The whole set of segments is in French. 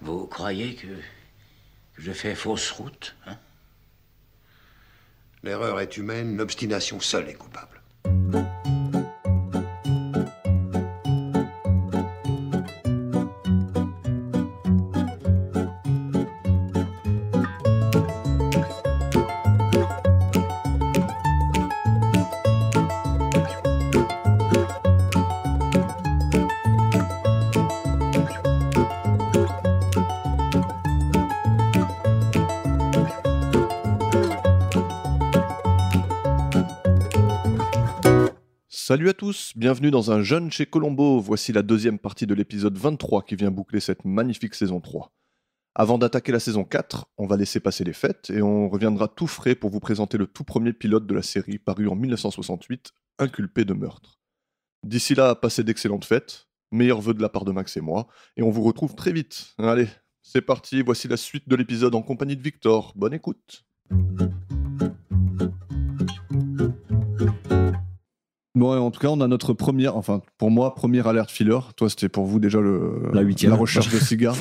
Vous croyez que, que je fais fausse route hein L'erreur est humaine, l'obstination seule est coupable. Salut à tous, bienvenue dans un jeune chez Colombo. Voici la deuxième partie de l'épisode 23 qui vient boucler cette magnifique saison 3. Avant d'attaquer la saison 4, on va laisser passer les fêtes et on reviendra tout frais pour vous présenter le tout premier pilote de la série paru en 1968, inculpé de meurtre. D'ici là, passez d'excellentes fêtes, meilleurs vœux de la part de Max et moi, et on vous retrouve très vite. Allez, c'est parti, voici la suite de l'épisode en compagnie de Victor. Bonne écoute. Bon, et en tout cas, on a notre première, enfin, pour moi, première alerte filler. Toi, c'était pour vous déjà le, La huitième. recherche de cigares.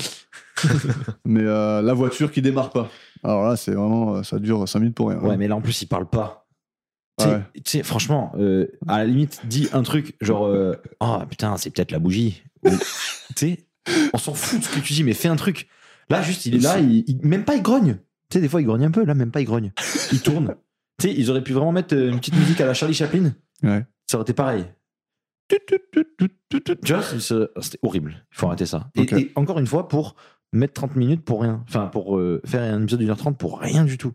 mais euh, la voiture qui démarre pas. Alors là, c'est vraiment, euh, ça dure 5 minutes pour rien. Ouais, hein. mais là en plus, il parle pas. Ah Tu sais- ouais. tu sais, franchement, euh, à la limite, dis un truc genre euh, Ah putain, c'est peut-être la bougie. Ou- tu sais, on s'en fout de ce que tu dis, mais fais un truc. Là, juste, il est là, il, il- même pas il grogne. Tu sais, des fois, il grogne un peu, là, même pas il grogne. Il tourne. tu sais, ils auraient pu vraiment mettre euh, une petite musique à la Charlie Chaplin. Ouais. Ça aurait été pareil. Tut, tut, tut, tut, tut, tut. Tu vois, c'est- c'est- c'était horrible. Il faut arrêter ça. Et- Ok. Et, encore une fois, pour mettre 30 minutes pour rien. Enfin, pour euh, faire un épisode d'une heure 30 pour rien du tout.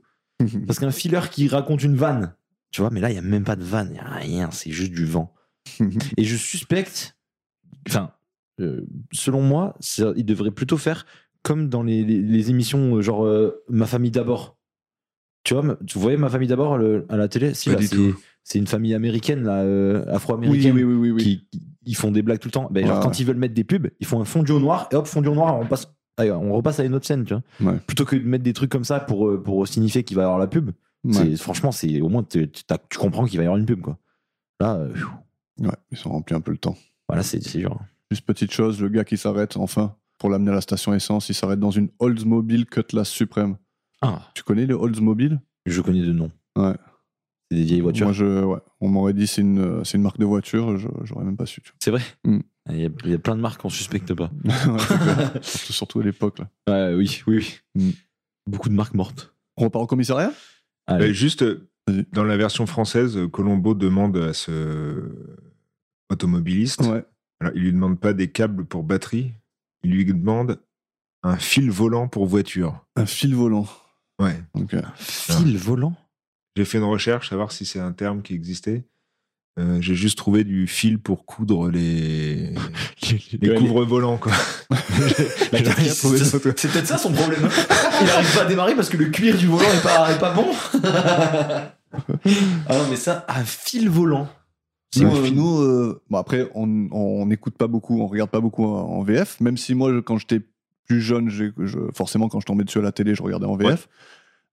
Parce qu'un filler qui raconte une vanne, tu vois, mais là, il n'y a même pas de vanne, il n'y a rien, c'est juste du vent. Et je suspecte, enfin, euh, selon moi, ça- il devrait plutôt faire comme dans les, les- les émissions euh, genre euh, Ma famille d'abord. Tu vois, me- tu voyais Ma famille d'abord le- à la télé Si, Pas là, du c'est- tout. C'est une famille américaine, là, euh, oui, afro-américaine, oui, oui, oui, oui. qui, qui- ils font des blagues tout le temps. Ben, genre, Ouais, quand ouais. ils veulent mettre des pubs, ils font un fondu au noir, et hop, fondu au noir, on passe. allez, on repasse à une autre scène, tu vois. Ouais. Plutôt que de mettre des trucs comme ça pour, euh, pour signifier qu'il va y avoir la pub, Ouais. c'est- Franchement, c'est au moins t'es- t'es- t'as- tu comprends qu'il va y avoir une pub quoi. Là, euh, pfiou, Ouais, ils ont rempli un peu le temps. voilà, c'est c'est dur. hein. Juste petite chose, le gars qui s'arrête, enfin, pour l'amener à la station essence, il s'arrête dans une Oldsmobile Cutlass Suprême. Ah, Tu connais les Oldsmobile je connais de nom. Ouais. C'est des vieilles voitures. Moi, je, ouais, on m'aurait dit c'est une, euh, c'est une marque de voiture, je- j'aurais même pas su. tu C'est vrai. Mm. Il y, a, il y a plein de marques qu'on suspecte pas. vois. Ouais, c'est clair. surtout, surtout à l'époque. là. Ouais, oui, oui, oui. Mm. Beaucoup de marques mortes. On repart au commissariat Allez. Euh, juste, euh, Vas-y. dans la version française, euh, Colombo demande à ce automobiliste, Ouais. alors, il lui demande pas des câbles pour batterie, il lui demande un fil volant pour voiture. Un fil volant. euh, Ouais. Ok. Fil volant. J'ai fait une recherche, savoir si c'est un terme qui existait. Euh, J'ai juste trouvé du fil pour coudre les, les couvre-volants, quoi. La J'ai carte- rien trouvé c'est d'autre. c'est peut-être ça son problème. Il arrive pas à démarrer parce que le cuir du volant est pas, est pas bon. ah non, mais ça, un fil volant. Nous, Ouais. euh, nous, euh, bon, après, on on n'écoute pas beaucoup, on regarde pas beaucoup en, en VF, même si moi, je- quand j'étais plus jeune, j'ai- je- forcément, quand je tombais dessus à la télé, je regardais en VF.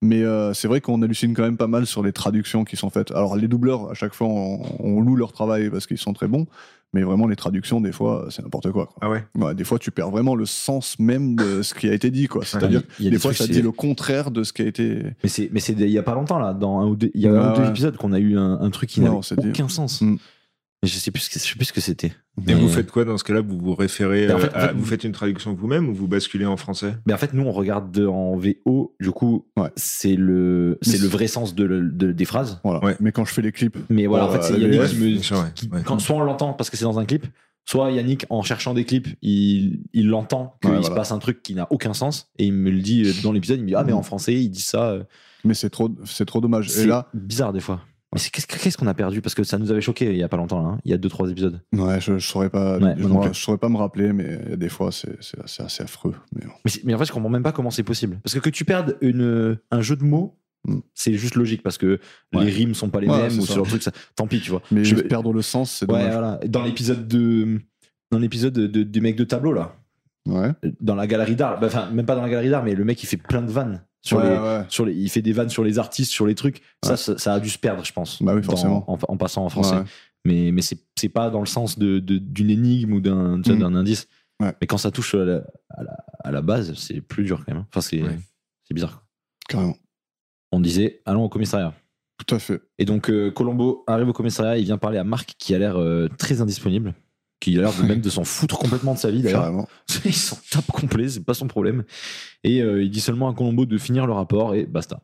Mais euh, c'est vrai qu'on hallucine quand même pas mal sur les traductions qui sont faites. Alors, les doubleurs, à chaque fois, on, on loue leur travail parce qu'ils sont très bons, mais vraiment, les traductions, des fois, c'est n'importe quoi. quoi. Ah ouais. Ouais, des fois, tu perds vraiment le sens même de ce qui a été dit, quoi. C'est-à-dire, Il y a des, fois, trucs, ça c'est- dit le contraire de ce qui a été. Mais c'est, mais c'est des- il y a pas longtemps là, dans un ou deux, il y a un Ah Ouais, ou deux ouais. épisodes qu'on a eu un, un truc qui Ouais, n'avait on s'est dit. aucun sens. Mm. Mais je sais plus ce que, je sais plus ce que c'était. Et Mais- vous faites quoi dans ce cas-là Vous vous référez, Ben, en fait- euh, à- en fait, vous faites une traduction vous-même ou vous basculez en français Mais en fait, nous on regarde de- en VO, du coup, Ouais. c'est le, Mais c'est le c'est- vrai sens de, le- de- des phrases. Voilà. Ouais. Mais quand je fais les clips, Mais voilà, Bon, en fait, c'est euh, Yannick ouais, qui me, bien sûr, ouais. qui- Ouais. quand- soit on l'entend parce que c'est dans un clip, soit Yannick en cherchant des clips, il, il l'entend qu'il Ouais, se voilà. passe un truc qui n'a aucun sens et il me le dit euh, dans l'épisode. Il me dit ah mais en français il dit ça. euh, mais c'est trop, c'est trop dommage. C'est Mm. Et là, bizarre des fois. Mais c'est- qu'est-ce que- qu'est-ce qu'on a perdu parce que ça nous avait choqué il y a pas longtemps là. hein. Il y a deux trois épisodes. Ouais, je, je saurais pas, Ouais, je, moi non me- plus. je saurais pas me rappeler, mais il y a des fois c'est c'est assez, assez affreux. Mais bon. Mais, c'est- mais en fait, je comprends même pas comment c'est possible. Parce que que tu perdes une, un jeu de mots, Mm. c'est juste logique parce que Ouais. les rimes sont pas les Ouais, mêmes c'est ou ça. ce genre de truc. Ça, tant pis, tu vois. mais Je- perdre le sens, c'est ouais, dommage. voilà. Dans l'épisode de dans l'épisode de, de- des mecs de tableau là, Ouais. dans la galerie d'art. bah, Enfin, même pas dans la galerie d'art, mais le mec il fait plein de vannes sur Ouais, les. ouais. Sur les, il fait des vannes sur les artistes, sur les trucs. Ça, ça, ça a dû se perdre, je pense. Bah oui, dans- forcément. en, en passant en français. Ouais, Mais, mais c'est c'est pas dans le sens d'une de, d'une énigme ou d'un tu vois, Mm. d'un indice. Ouais. Mais quand ça touche à la, à la- à la base, c'est plus dur quand même. hein. Enfin, c'est Ouais. c'est bizarre. Carrément. On disait, allons au commissariat. Tout à fait. Et donc, euh, Colombo arrive au commissariat, il vient parler à Marc qui a l'air euh, très indisponible, qui a l'air de, même de s'en foutre complètement de sa vie d'ailleurs. Carrément. Il s'en tape complet, c'est pas son problème. Et euh, il dit seulement à Colombo de finir le rapport et basta.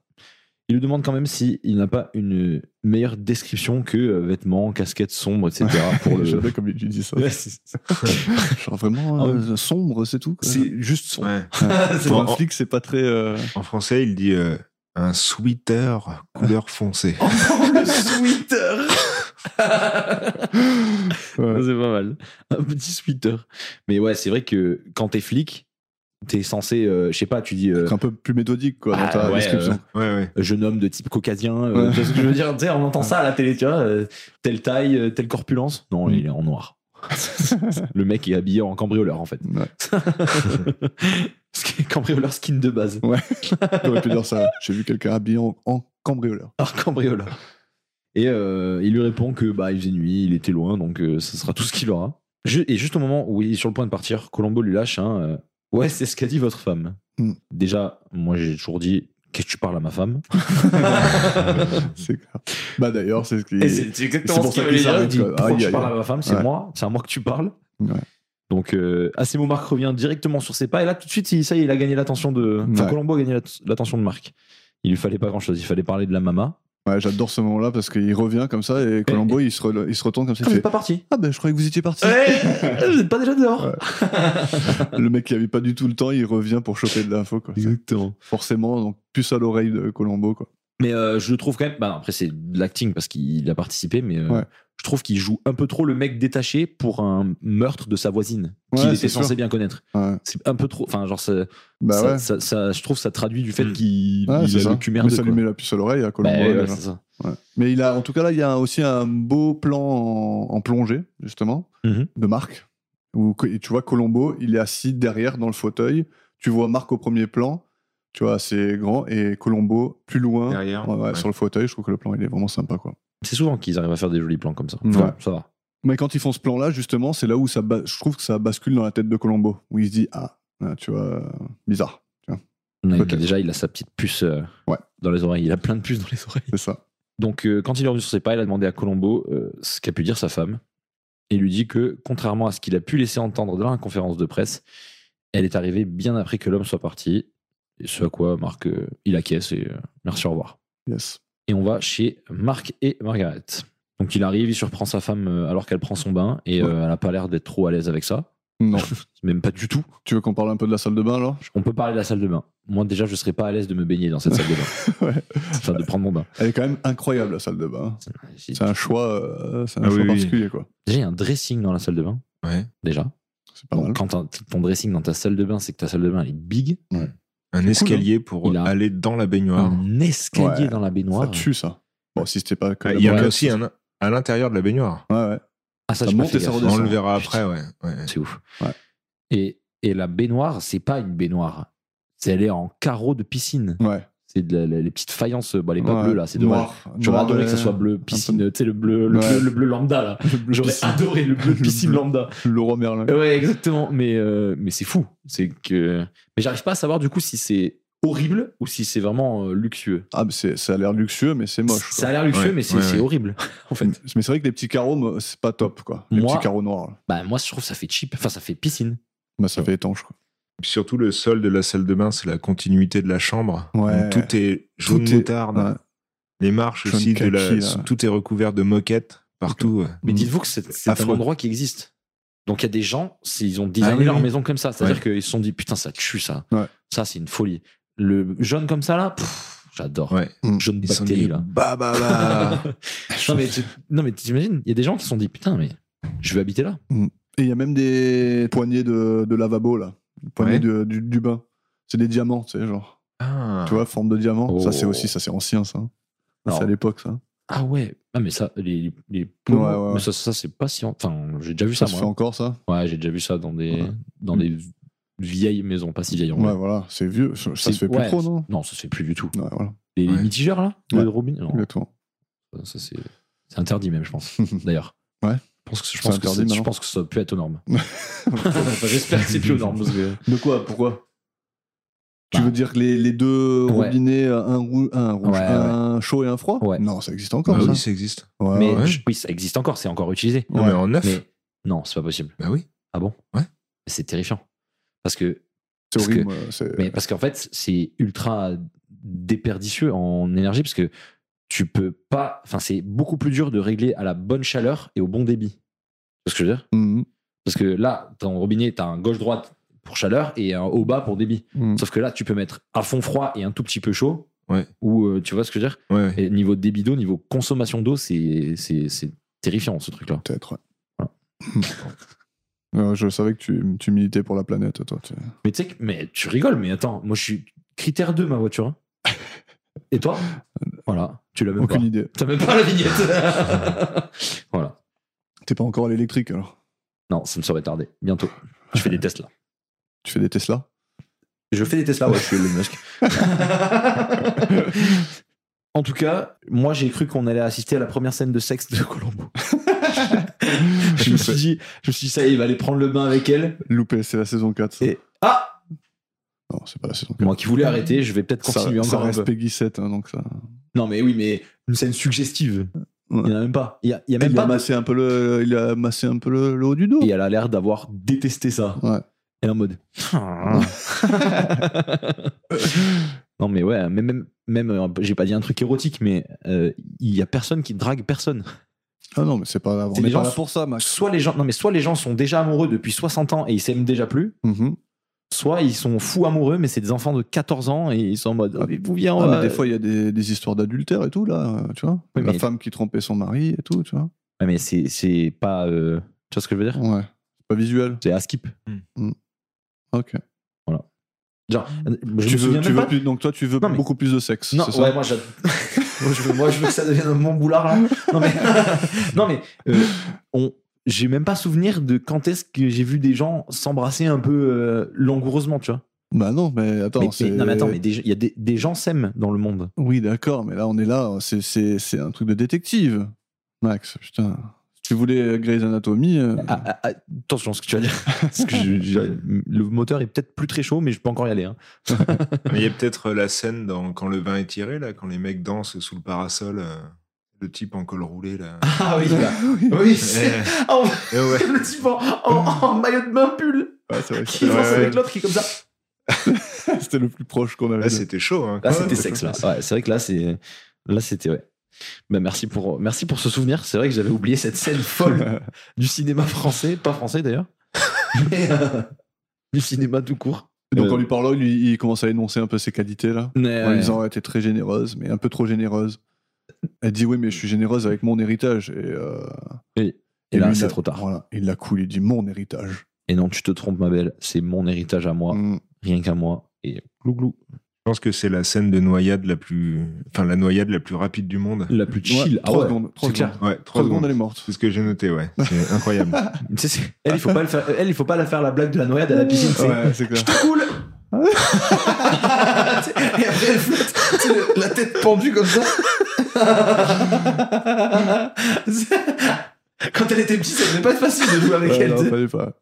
Il lui demande quand même s'il n'a pas une meilleure description que euh, vêtements, casquettes sombres, etc. pour le... J'aime bien comme tu dis ça. Ouais, c'est- c'est- Genre vraiment Ah ouais. euh, sombre, c'est tout. quoi. C'est juste sombre. Ouais. Ah, Pour un Bon, en- flic, c'est pas très. euh, En français, il dit euh, un sweater couleur foncée. ouais. C'est pas mal. Un petit sweater. Mais ouais, c'est vrai que quand t'es flic, t'es censé, euh, je sais pas, tu dis euh, être un peu plus méthodique quoi, dans Ah, ta ouais, description. euh, Ouais, ouais. jeune homme de type caucasien. euh, Ouais. tu vois ce que je veux dire Tu sais, on entend ça à la télé, tu vois, euh, telle taille, euh, telle corpulence. Non, Mm. il est en noir. Le mec est habillé en cambrioleur en fait. Ouais. Sk- cambrioleur skin de base. T'aurais pu dire ça. J'ai vu quelqu'un habillé en, en cambrioleur. Alors cambrioleur. Et euh, il lui répond que bah il faisait nuit, il était loin, donc euh, ça sera tout ce qu'il aura. Ju- et juste au moment où il est sur le point de partir, Colombo lui lâche un euh, Ouais, c'est ce qu'a dit votre femme. Mm. Déjà, moi j'ai toujours dit Qu'est-ce que tu parles à ma femme c'est clair. Bah d'ailleurs, c'est ce qui. Et c'est exactement c'est pour ce qu'il ça voulait qu'il s'arrête, dire. Il dit quoi. Pourquoi Aïe, tu aïe, parles aïe. à ma femme C'est Ouais. moi, c'est à moi que tu parles. Ouais. Donc, euh, à ces mots, Marc revient directement sur ses pas. Et là, tout de suite, il- ça y est, il a gagné l'attention de. Enfin, Ouais. Colombo a gagné l'at- l'attention de Marc. Il lui fallait pas grand-chose. Il fallait parler de la mama. Ouais, j'adore ce moment-là parce qu'il revient comme ça et Colombo il se, re- il se retourne comme ça. Ah, Il vous êtes fait, pas Euh, parti. ah ben je croyais que vous étiez parti. vous êtes pas déjà dehors. Ouais. Le mec qui avait pas du tout le temps, il revient pour choper de l'info quoi. C'est Exactement. Forcément, donc puce à l'oreille de Colombo quoi. Mais euh, je le trouve quand même. Bah, après, c'est de l'acting parce qu'il a participé, mais euh, Ouais. je trouve qu'il joue un peu trop le mec détaché pour un meurtre de sa voisine qu'il Ouais, était c'est censé sûr. bien connaître. Ouais. C'est un peu trop. Enfin, genre, ça, Bah ça, ouais. ça- ça- je trouve ça traduit du fait qu'il Ouais, il c'est a ça. le cul Mais merdeux, ça lui quoi. met la puce à l'oreille à Bah Colombo. euh, ouais, ouais, ouais, déjà. c'est ça. Ouais. Mais il a, en tout cas là, il y a aussi un beau plan en, en plongée justement Mhm. de Marc où co- et tu vois Colombo, il est assis derrière dans le fauteuil. Tu vois Marc au premier plan, tu vois assez grand et Colombo plus loin Derrière. ouais, ouais, Ouais. sur le fauteuil. Je trouve que le plan il est vraiment sympa quoi. C'est souvent qu'ils arrivent à faire des jolis plans comme ça. Ouais. Enfin, Ça va. Mais quand ils font ce plan là, justement, c'est là où ça ba- je trouve que ça bascule dans la tête de Colombo où il se dit ah ah, tu vois euh, bizarre, tu vois, Ouais, Peut-être. Déjà, il a sa petite puce euh, Ouais. dans les oreilles. Il a plein de puces dans les oreilles. c'est ça. Donc, euh, quand il est revenu sur ses pas, il a demandé à Colombo euh, ce qu'a pu dire sa femme. Et il lui dit que, contrairement à ce qu'il a pu laisser entendre dans la conférence de presse, elle est arrivée bien après que l'homme soit parti. Et ce à quoi Marc, euh, il acquiesce et euh, merci, au revoir. Yes. Et on va chez Marc et Margaret. Donc, il arrive, il surprend sa femme euh, alors qu'elle prend son bain et euh, elle n'a pas l'air d'être trop à l'aise avec ça. Non. Même pas du tout. tu veux qu'on parle un peu de la salle de bain alors On peut parler de la salle de bain. Moi, déjà, je serais pas à l'aise de me baigner dans cette salle de bain. Ouais. Enfin, de prendre mon bain. Elle est quand même incroyable la salle de bain. hein. J'ai- C'est un choix, euh, c'est un Ah choix oui, oui. particulier quoi. Déjà, il y a un dressing dans la salle de bain. Ouais. Déjà. C'est pas Donc, mal. quand t'as- ton dressing dans ta salle de bain, c'est que ta salle de bain elle est big. Un hein. escalier pour Il a- aller dans la baignoire. Un escalier Ouais. dans la Ça baignoire. tue ça. Bon, si c'était pas que Ah, la Il y en banlieue, a aussi un à l'intérieur de la baignoire. Ouais, ouais. Ah, ça, Ça j'ai pas monte fait et ça gaffe. redescend. On le verra Putain, après, ouais. ouais. C'est ouf. Ouais. Et, et la baignoire, c'est pas une baignoire. C'est elle est en carreau de piscine. Ouais. C'est de la- la- les petites faïences. Bon, elle est pas Ouais. bleue là, c'est dommage. Noir. J'aurais Noir, adoré que ça ouais. soit bleu piscine, tu sais, le bleu, le, Ouais. bleu, le bleu lambda là. Le bleu J'aurais piscine. adoré le bleu Le piscine bleu. lambda. Le roi Merlin. Ouais, exactement. Mais, euh, mais c'est fou. C'est que. Mais j'arrive pas à savoir du coup si c'est horrible ou si c'est vraiment euh, luxueux. Ah, mais c'est- ça a l'air luxueux, mais c'est moche. Ça a l'air luxueux, Ouais, mais c'est ouais, c'est ouais. horrible, en quoi. fait. Mais c'est vrai que les petits carreaux, moi, c'est pas top quoi. Les Moi- petits carreaux noirs. là. Bah, moi, je trouve que ça fait cheap. Enfin, ça fait piscine. Bah, ça fait étanche quoi. Puis Surtout, le sol de la salle de bain, c'est la continuité de la chambre. Ouais. Donc, tout est jaune Tout est- moutarde. Ouais. Les marches Jaune aussi, de la... kaki, là. tout est recouvert de moquettes partout. ouais. Mais Mm. dites-vous que c'est c'est un Affreux. endroit qui existe. Donc, il y a des gens, c'est- ils ont designé Ah oui, leur oui. maison comme ça. C'est-à-dire qu'ils se sont dit, putain, ça tue, ça. Ouais. Ça, c'est une folie. Le jaune comme ça, là, pff, j'adore. Ouais. Jaune Ils sont bactérie, dit, là. bah, bah, Ah. bah. non, mais tu- non, mais t'imagines, il y a des gens qui se sont dit, putain, mais je vais habiter là. Et il y a même des poignées de, de lavabo là. Des Poignées Ouais. de- du, du bain. C'est des diamants, tu sais, genre. Ah. Tu vois, forme de diamant. Ça, c'est Oh. aussi, ça, c'est ancien ça. Ça, Alors, C'est à l'époque ça. Ah ouais, ah mais ça, les, les poumons, Ouais, ouais, ouais. mais ça, ça c'est pas si. Enfin, j'ai déjà vu ça, Ça, se fait moi. hein. encore ça. Ouais, j'ai déjà vu ça dans des, Ouais. Mm. dans des vieilles maisons, pas si vieilles en Ouais, vrai. voilà. C'est vieux. Ça ça se C'est- fait plus ouais, trop, non Non, ça se fait plus du tout. Ouais, voilà. Les, les Ouais. mitigeurs là, Ouais. le robinet, non, Exactement. ça c'est c'est interdit même, je pense. D'ailleurs. Ouais. Je pense que, je pense que, interdit c'est- je maintenant. pense que ça peut être aux normes. Enfin, J'espère que c'est plus aux normes. parce que- De quoi Pourquoi tu Bah. veux dire que les, les deux Ouais. robinets, euh, un, rou- un rouge, Ouais, un chaud et un froid Ouais. Non, ça existe Bah encore, ça. oui, ça existe. Ouais, mais ouais. ouais. je- oui, ça existe encore, c'est encore utilisé. Non, mais en neuf. Mais non, c'est pas possible. Bah oui. Ah bon Ouais. Euh. C'est terrifiant. Parce que c'est parce que- horrible. ouais, c'est- Mais parce qu'en fait, c'est ultra déperdicieux en énergie parce que tu peux pas. Enfin, c'est beaucoup plus dur de régler à la bonne chaleur et au bon débit. Tu vois ce que je veux dire Mhm, Parce que là, ton robinet, t'as un gauche-droite pour chaleur et un haut-bas pour débit. mhm. Sauf que là, tu peux mettre à fond froid et un tout petit peu chaud. Mm. Ouais. Ou euh, tu vois ce que je veux dire Ouais, ouais. Et niveau débit d'eau, niveau consommation d'eau, c'est c'est- c'est terrifiant ce truc-là. Peut-être, ouais. Voilà. Euh, je savais que tu, tu militais pour la planète, toi. tu- Mais tu sais, que- mais tu rigoles, mais attends, moi je suis critère 2 ma voiture. hein. Et toi Voilà, tu l'as même pas. Aucune idée. T'as même pas la vignette. voilà. T'es pas encore à l'électrique, alors. Non, ça me serait tardé. Bientôt. Je fais des tests là. Tu fais des Tesla Je fais des tests là, ouais, je suis Elon Musk. en tout cas, moi j'ai cru qu'on allait assister à la première scène de sexe de Colombo. je, me suis dit, je me suis dit, ça y est, il va aller prendre le bain avec elle. Loupé, c'est la saison 4. ça. Et- Ah Non, c'est pas la saison 4. Moi qui voulais arrêter, je vais peut-être continuer ça, ça encore un reste peu. Peggy 7, hein, donc ça. Non, mais oui, mais une scène suggestive. Ouais. Il n'y en a même pas. Il y a, il y a même Il pas. a, de- massé un peu le, il a massé un peu le, le haut du dos. Et elle a l'air d'avoir détesté ça. Ouais. Elle est en mode. Ah. non, mais ouais, même, même, même, euh, j'ai pas dit un truc érotique, mais euh, il y a personne qui drague personne. Ah non, mais c'est pas. C'est On des est pas gens- là pour ça, Max. Soit les gens, non, mais soit les gens sont déjà amoureux depuis 60 ans et ils s'aiment déjà plus. Mhm. Soit ils sont fous amoureux, mais c'est des enfants de 14 ans et ils sont en mode. Oh, mais vous viens, Ah, on mais va- des fois, il y a des, des histoires d'adultère et tout, là, euh, tu vois. Oui, la mais- femme qui trompait son mari et tout, tu vois. Ouais, mais c'est, c'est pas. euh, Tu vois ce que je veux dire Ouais. C'est pas visuel. C'est à skip. Ok. Genre, je Tu me veux, souviens tu même veux pas- plus- donc toi, tu veux Non, mais- beaucoup plus de sexe. Non, c'est ça ouais, moi, j'ad- moi, je veux, moi, je veux que ça devienne mon boulard là. Non mais, non, mais euh, on, j'ai même pas souvenir de quand est-ce que j'ai vu des gens s'embrasser un peu euh, langoureusement, tu vois. Bah non, mais attends. Mais- mais- c'est- non mais attends, mais des, il y a des, des gens s'aiment dans le monde. Oui, d'accord, mais là, on est là. C'est, c'est, c'est un truc de détective, Max. Putain. Si tu voulais Grey's Anatomy. euh, Ah, ah, ah, attention à ce que tu vas dire. Parce que je- je- le moteur est peut-être plus très chaud, mais je peux encore y aller. hein. Mais il y a peut-être euh, la scène dans, quand le vin est tiré, là, quand les mecs dansent sous le parasol, euh, le type en col roulé, là. Ah oui, bah. là. oui. c'est- Eh, en- eh ouais. le type en, en- en maillot de bain pull ouais, Ah, c'est vrai que qui Ouais, danse ouais. avec l'autre qui est comme ça. Bah, c'était le plus proche qu'on avait. Là, de- c'était chaud. Hein, Là, quand Ah, c'était même. sexe, là. Ouais, c'est vrai que là, c'est. Là, c'était, ouais. Bah, merci, pour, merci pour ce souvenir. C'est vrai que j'avais oublié cette scène folle du cinéma français, pas français d'ailleurs, mais euh, du cinéma tout court. Et Donc Euh, en lui parlant, lui, il commence à énoncer un peu ses qualités là. Mais, En ouais. lui disant, ouais, t'es très généreuse, mais un peu trop généreuse. Elle dit, oui, mais je suis généreuse avec mon héritage. Et, euh, Et là, lui, c'est il- trop tard. Voilà, il la coule, il dit, mon héritage. Et non, tu te trompes, ma belle. C'est mon héritage à moi, Mm. rien qu'à moi. Et glou glou. Je pense que c'est la scène de noyade la plus. Enfin, la noyade la plus rapide du monde. La plus Ouais, chill. Ah trois ouais, secondes, trois c'est clair. Ouais, Trois 3 secondes, secondes. elle est Ah, morte. C'est ce que j'ai noté, ouais. C'est incroyable. Tu sais, c'est- elle, il faut pas le faire. Elle, il faut pas la faire la blague de la noyade à la piscine. c'est- Ouais, c'est clair. cool Et après, elle flotte, tu sais, le- la tête pendue comme ça. Quand elle était petite, ça devait pas être facile de jouer avec Ouais, elle. Euh, non, fallait pas.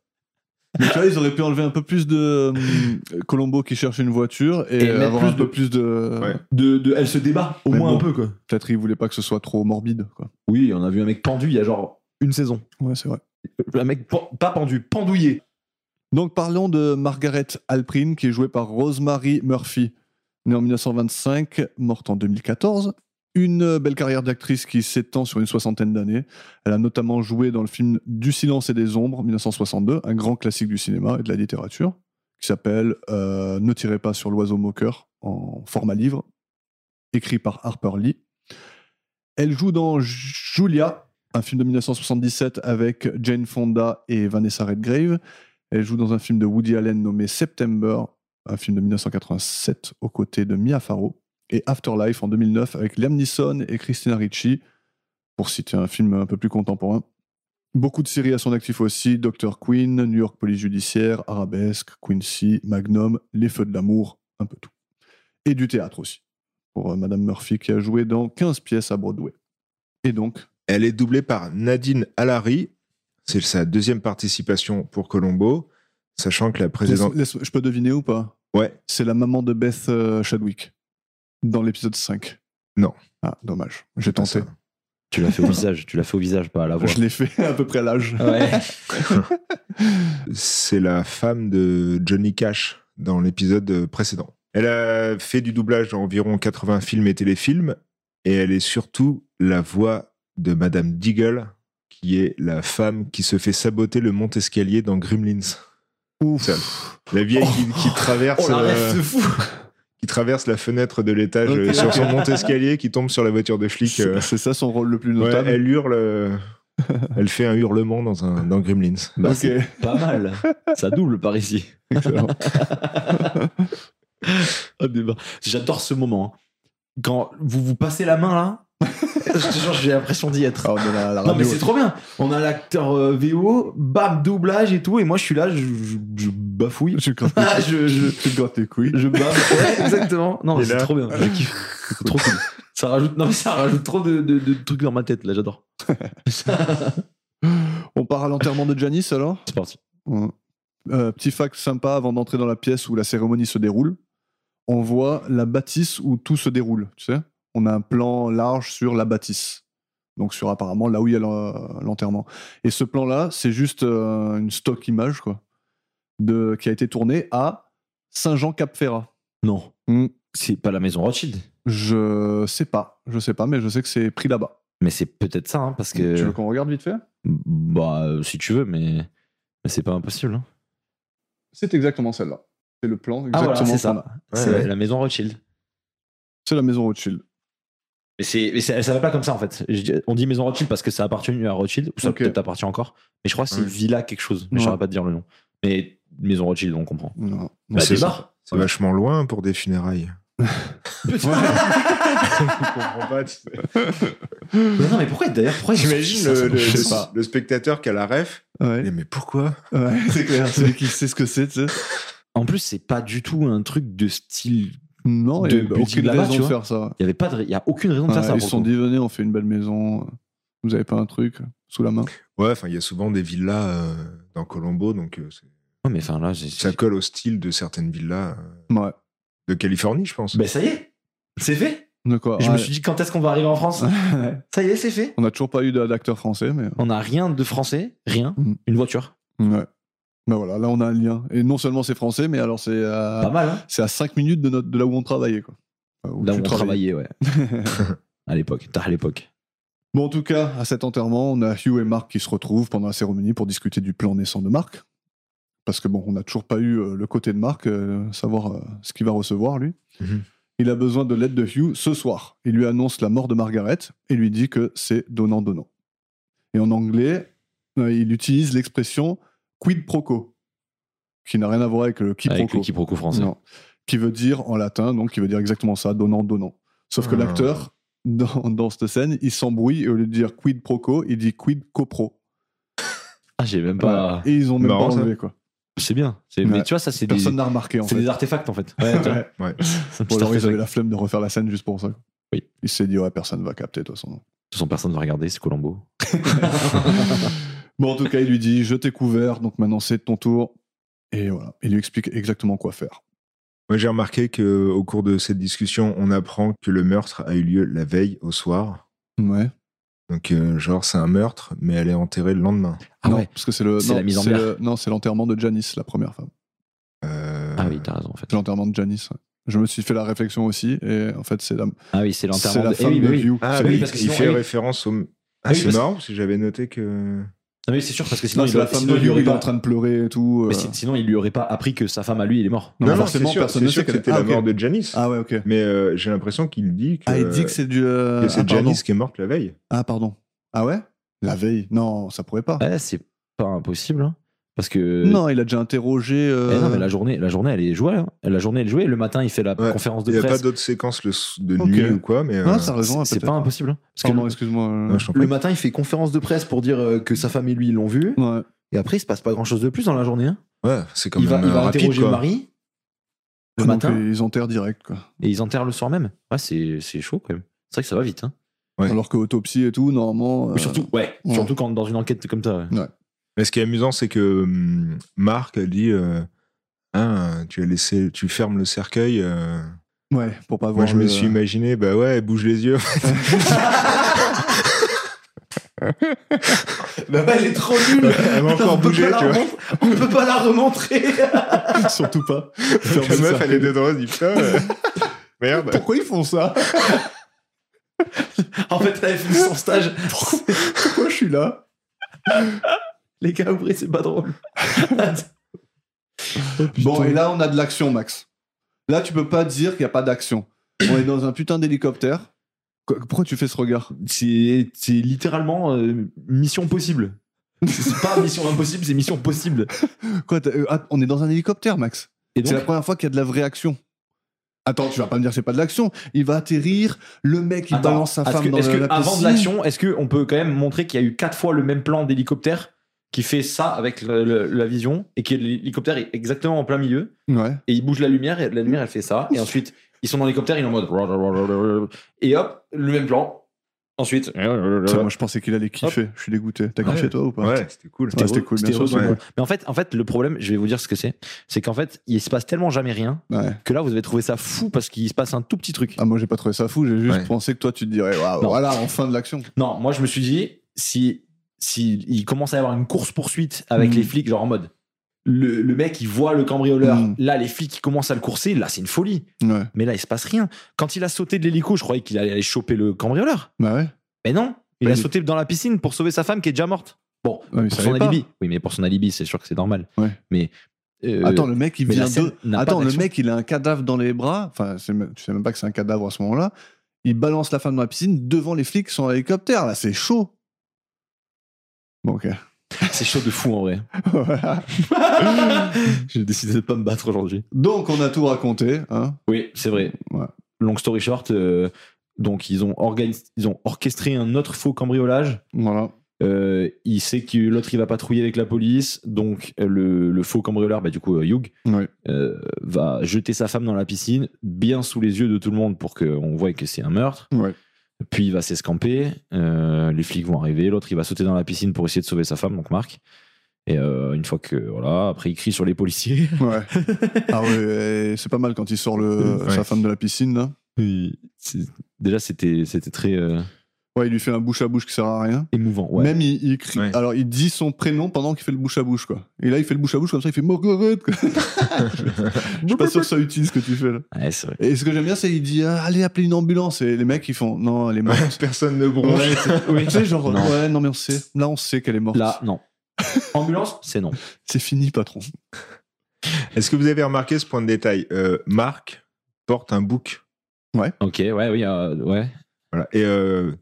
Mais tu vois, ils auraient pu enlever un peu plus de hum, Colombo qui cherche une voiture et, Et mettre avoir plus un peu de- plus de. Ouais. De, de- elle se débat, au Mais moins bon. un peu, quoi. Peut-être ils voulaient pas que ce soit trop morbide. Quoi. Oui, on a vu un mec pendu il y a genre une saison. Ouais, c'est vrai. Un mec pas pendu, pendouillé. Donc parlons de Margaret Alprin qui est jouée par Rosemary Murphy, née en 1925, morte en 2014. Une belle carrière d'actrice qui s'étend sur une soixantaine d'années. Elle a notamment joué dans le film Du silence et des ombres, 1962, un grand classique du cinéma et de la littérature, qui s'appelle euh, Ne tirez pas sur l'oiseau moqueur, en format livre, écrit par Harper Lee. Elle joue dans Julia, un film de 1977 avec Jane Fonda et Vanessa Redgrave. Elle joue dans un film de Woody Allen nommé September, un film de 1987 aux côtés de Mia Farrow, et Afterlife en 2009 avec Liam Neeson et Christina Ricci, pour citer un film un peu plus contemporain. Beaucoup de séries à son actif aussi, Doctor Queen, New York Police Judiciaire, Arabesque, Quincy, Magnum, Les Feux de l'amour, un peu tout. Et du théâtre aussi, pour euh, Madame Murphy qui a joué dans 15 pièces à Broadway. Et donc, Elle est doublée par Nadine Alari, C'est sa deuxième participation pour Colombo, sachant que la Laisse- précédente. laisse- je peux deviner ou pas Ouais, C'est la maman de Beth euh, Chadwick dans l'épisode 5. Non. Ah, dommage. J'ai tenté. ça. Tu l'as fait au visage, tu l'as fait au visage, pas à la voix. Je l'ai fait à peu près à l'âge. Ah, Ouais. c'est la femme de Johnny Cash dans l'épisode précédent. Elle a fait du doublage dans environ 80 films et téléfilms, et elle est surtout la voix de Madame Deagle, qui est la femme qui se fait saboter le monte-escalier dans Gremlins. Ouf. Oh. Ça. La vieille qui, qui Oh, traverse, euh, fou qui traverse la fenêtre de l'étage Ok. euh, sur son monte-escalier, qui tombe sur la voiture de flic. euh. C'est c'est ça son rôle le plus Ouais, notable. elle hurle, euh, elle fait un hurlement dans, un, dans Gremlins. Bah, Ok. c'est pas mal. Ça double par ici. Excellent. Ah, mais bah, J'adore ce moment. hein. Quand vous vous passez la main là, je te jure, j'ai l'impression d'y être. Ah, on est là à la Non mais radio. c'est trop bien. On a l'acteur euh, VO, bam doublage et tout, et moi je suis là, je, je- je bafouille. Tu te grattes Ah, je, je, tu te grattes les couilles. je baffe. Ouais, exactement. Non mais Et c'est là- trop bien. Je kiffe. C'est trop cool. Ça rajoute, non mais ça rajoute trop de, de- de trucs dans ma tête là. J'adore. On part à l'enterrement de Janice alors C'est parti. Ouais. Euh, petit fact sympa avant d'entrer dans la pièce où la cérémonie se déroule. On voit la bâtisse où tout se déroule, tu sais. On a un plan large sur la bâtisse. Donc sur apparemment là où il y a l'en- l'enterrement. Et ce plan-là, c'est juste euh, une stock image quoi, de, qui a été tournée à Saint-Jean-Cap-Ferrat. Non, Hmm, c'est pas la maison Rothschild, Je sais pas, je sais pas, mais je sais que c'est pris là-bas. mais c'est peut-être ça hein, parce Tu que veux qu'on regarde vite fait bah euh, si tu veux, mais mais c'est pas impossible. hein. C'est exactement celle-là. C'est le plan exactement. Ah, voilà, c'est ça. qu'on a. c'est ouais. la maison Rothschild. C'est la maison Rothschild. Mais, c'est, mais c'est- elle s'appelle pas comme ça en fait. Je dis- on dit maison Rothschild parce que ça appartenu à Rothschild, ou ça Ok. peut-être appartient encore. Mais je crois que c'est Ouais. Villa quelque chose. Mais Ouais. je saurais pas te dire le nom. Mais maison Rothschild, on comprend. Non. Bah, c'est débarque. C'est vachement loin pour des funérailles. Je comprends pas. tu- Mais non, mais pourquoi d'ailleurs pourquoi ils- J'imagine ça, ça le, le- marche le- pas. le spectateur qui a la ref. Ouais. Mais, mais pourquoi Ouais, c'est clair, celui qui sait ce que c'est, tu sais. En plus, c'est pas du tout un truc de style. Non, De il n'y a building aucune là-bas, tu raison de vois. faire ça. Il y avait pas de, il y a aucune raison de Ah, faire ça. ils pour se le sont coup. dit, venez, on fait une belle maison. Vous avez pas un truc sous la main Ouais, enfin, il y a souvent des villas euh, dans Colombo, donc euh, c'est- Ouais, mais enfin là, j'ai- ça colle au style de certaines villas euh, Ouais. de Californie, je Bah- pense. Ben, ça y est, c'est fait. De quoi Je Ouais. me suis dit quand est-ce qu'on va arriver en France. Ouais. ça y est, c'est fait. On n'a toujours pas eu d'a- d'acteur français, mais. On a rien de français, rien. Mhm. Une voiture, Ouais. Ben voilà, là, on a un lien. Et non seulement c'est français, mais alors c'est pas à, mal. Hein. c'est à 5 minutes de, notre, de là où on travaillait, quoi. Enfin, où Là où tu on travaillais. travaillait, ouais. à l'époque, tard à l'époque. Bon, en tout cas, à cet enterrement, on a Hugh et Mark qui se retrouvent pendant la cérémonie pour discuter du plan naissant de Mark. Parce que bon, on n'a toujours pas eu euh, le côté de Mark, euh, savoir euh, ce qu'il va recevoir, lui. Mhm. Il a besoin de l'aide de Hugh ce soir. Il lui annonce la mort de Margaret et lui dit que c'est donnant-donnant. Et en anglais, euh, il utilise l'expression quid pro quo, qui n'a rien à voir avec le quiproquo. Avec le quiproquo français. Non. Qui veut dire en latin, donc qui veut dire exactement ça, donnant, donnant. Sauf que Ah. l'acteur, dans, dans cette scène, il s'embrouille et au lieu de dire quid pro quo, il dit quid copro. Ah, j'ai même pas. Et ils ont même Marrant, pas ça. enlevé, quoi. C'est bien. C'est- Ouais. Mais tu vois, ça, c'est des... Personne n'a remarqué, en c'est fait. des artefacts en fait. Ouais, tu vois, Ouais. Ouais. c'est un petit Bon, alors, ils artefact. avaient la flemme de refaire la scène juste pour ça. quoi. Oui. Il s'est dit, ouais, personne va capter, de toute façon. De toute façon, personne ne va regarder, c'est Colombo. Bon, en tout cas, il lui dit Je t'ai couvert, donc maintenant c'est ton tour. Et voilà. Il lui explique exactement quoi faire. Moi, j'ai remarqué que au cours de cette discussion, on apprend que le meurtre a eu lieu la veille au soir. Ouais. Donc, euh, genre, c'est un meurtre, mais elle est enterrée le lendemain. Ah non, ouais. parce que c'est le. C'est non, la mise en bière. le- Non, c'est l'enterrement de Janice, la première femme. Euh, Ah oui, t'as raison en fait. C'est l'enterrement de Janice. ouais. Je me suis fait la réflexion aussi, et en fait, c'est la, Ah oui, c'est c'est l'enterrement la de. Eh femme oui, de bah oui. Hugh. Ah C'est oui, lui- oui, parce que il sinon- fait ah oui. référence au. Ah, Ah oui, c'est parce- marrant, parce que j'avais noté que. Ah oui, c'est sûr, parce que sinon, Non, il c'est la aurait- femme sinon, de il lui Hugh, aurait il est en pas... train de pleurer et tout. Mais euh. si- sinon, il lui aurait pas appris que sa femme à lui, elle est morte. Non, forcément, c'est sûr, personne c'est ne sûr sait que qu'elle- c'était Ah, la ok. mort de Janice. Ah ouais, ok. Mais euh, j'ai l'impression qu'il dit que, Ah, il dit que c'est du. euh, que c'est ah, pardon. Janice qui est morte la veille. Ah, pardon. Ah ouais La veille Non, ça pourrait pas. Ouais, Eh, c'est pas impossible. hein. Parce que. Non, il a déjà interrogé. euh, Eh non, mais la journée, la journée, elle est jouée. hein. La journée, elle est jouée. Le matin, il fait la Ouais. conférence de Il n'y a pas presse. d'autres séquences le s- de Ok. nuit ou quoi, mais. euh, Ah, t'as raison, C'est- C'est peut-être. pas impossible. hein. Parce que Pardon, le- excuse-moi. euh, non, je t'en le prie. matin, il fait conférence de presse pour dire euh, que sa femme et lui, ils l'ont vu. Ouais. Et après, il se passe pas grand-chose de plus dans la journée. hein. Ouais, c'est quand Il va, même il va euh, rapide, interroger quoi. Marie le Ah, donc, matin ils enterrent direct, quoi. et ils enterrent le soir même. Ouais, c'est c'est chaud quand même. C'est vrai que ça va vite. hein. Ouais. Alors que autopsie et tout, normalement. euh, Surtout, ouais, ouais. surtout quand dans une enquête comme ça. ouais. Ouais. Mais ce qui est amusant, c'est que hum, Marc dit euh, Ah, tu as laissé, tu fermes le cercueil. euh. Ouais, pour pas Moi, voir. je me le- suis imaginé, bah ouais, bouge les yeux. Bah, bah, elle est trop nulle. Elle m'a encore on, peut bougé, pas la tu vois. remon- on peut pas la remontrer. Surtout pas. Ferme La le meuf, elle est cercueil. dedans, elle dit Putain, euh, merde. Pourquoi ils font ça en fait, elle avait fini son stage. Pourquoi je suis là Les gars, ouvrez, c'est pas drôle. Bon, et là, on a de l'action, Max. Là, tu peux pas dire qu'il n'y a pas d'action. On est dans un putain d'hélicoptère. Quoi- Pourquoi tu fais ce regard C'est c'est littéralement euh, mission possible. C'est c'est pas mission impossible, c'est mission possible. Quoi, t'as- euh, att- On est dans un hélicoptère, Max. Et donc, C'est la première fois qu'il y a de la vraie action. Attends, tu vas pas me dire que c'est pas de l'action. Il va atterrir, le mec il Attends, balance sa est-ce femme que- dans est-ce le- que la avant de piscine. l'action, est-ce qu'on peut quand même montrer qu'il y a eu quatre fois le même plan d'hélicoptère qui fait ça avec le- le- la vision et que l'hélicoptère est exactement en plein milieu Ouais. et il bouge la lumière et la lumière elle fait ça et ensuite ils sont dans l'hélicoptère, il est en mode et hop, le même plan. Ensuite, Euh, Putain, moi je pensais qu'il allait kiffer. Je suis dégoûté. T'as Ouais. kiffé toi ou pas Ouais, c'était cool. Ouais, c'était cool, bien C'était sûr. heureusement ouais. cool. Mais en fait, en fait, le problème, je vais vous dire ce que c'est, c'est qu'en fait, il se passe tellement jamais rien Ouais. que là, vous avez trouvé ça fou parce qu'il se passe un tout petit truc. Ah, moi j'ai pas trouvé ça fou, j'ai juste Ouais. pensé que toi tu te dirais, Waouh, Non. voilà, enfin de l'action. Non, moi, je me suis dit, si, si il commence à y avoir une course poursuite avec Mhm. les flics, genre en mode, le, le mec, il voit le cambrioleur, Mhm. là, les flics, ils commencent à le courser, là, c'est une folie. Ouais. Mais là, il se passe rien. Quand il a sauté de l'hélico, je croyais qu'il allait aller choper le cambrioleur. Bah ouais. Mais non, il Bah, a il- sauté dans la piscine pour sauver sa femme qui est déjà morte. Bon, Ouais, mais pour ça son allait pas. alibi. Oui, mais pour son alibi, c'est sûr que c'est normal. Ouais. Mais euh, Attends, le mec il mais la vient scène de. n'a pas Attends, le d'action. mec il a un cadavre dans les bras. Enfin, c'est même- tu sais même pas que c'est un cadavre à ce moment-là. Il balance la femme dans la piscine devant les flics qui sont en hélicoptère. Là, c'est chaud. Bon, ok. c'est chaud de fou en vrai. Voilà. J'ai décidé de pas me battre aujourd'hui. Donc, on a tout raconté. Hein Oui, c'est vrai. Ouais. Long story short, euh, donc ils ont, organis- ils ont orchestré un autre faux cambriolage. voilà. Euh, il sait que l'autre il va patrouiller avec la police, donc euh, le, le faux cambrioleur, bah, du coup euh, Hugh, Ouais. euh, va jeter sa femme dans la piscine, bien sous les yeux de tout le monde pour qu'on voie que c'est un meurtre. Ouais. Puis il va s'escamper, euh, les flics vont arriver, l'autre il va sauter dans la piscine pour essayer de sauver sa femme, donc Marc. Et euh, une fois que voilà, après il crie sur les policiers. Ouais. ah ouais, et c'est pas mal quand il sort le, Ouais. sa femme de la piscine. Là. Oui, c'est- Déjà, c'était c'était très euh, Ouais, il lui fait un bouche à bouche qui sert à rien. émouvant. Ouais. Même il, il crie. Ouais. Alors il dit son prénom pendant qu'il fait le bouche à bouche quoi. Et là il fait le bouche à bouche comme ça, il fait Margaret. quoi. Je suis pas sûr que ça utilise ce que tu fais là. Ouais, c'est vrai. Et ce que j'aime bien c'est il dit ah, allez appeler une ambulance et les mecs ils font non elle est morte. Personne ne bronche. Tu sais genre Non. ouais non mais on sait là on sait qu'elle est morte. Là, non. Ambulance, c'est non. C'est fini patron. Est-ce que vous avez remarqué ce point de détail Euh, Marc porte un bouc. Ok, ouais, oui, euh, ouais. Voilà. Et euh,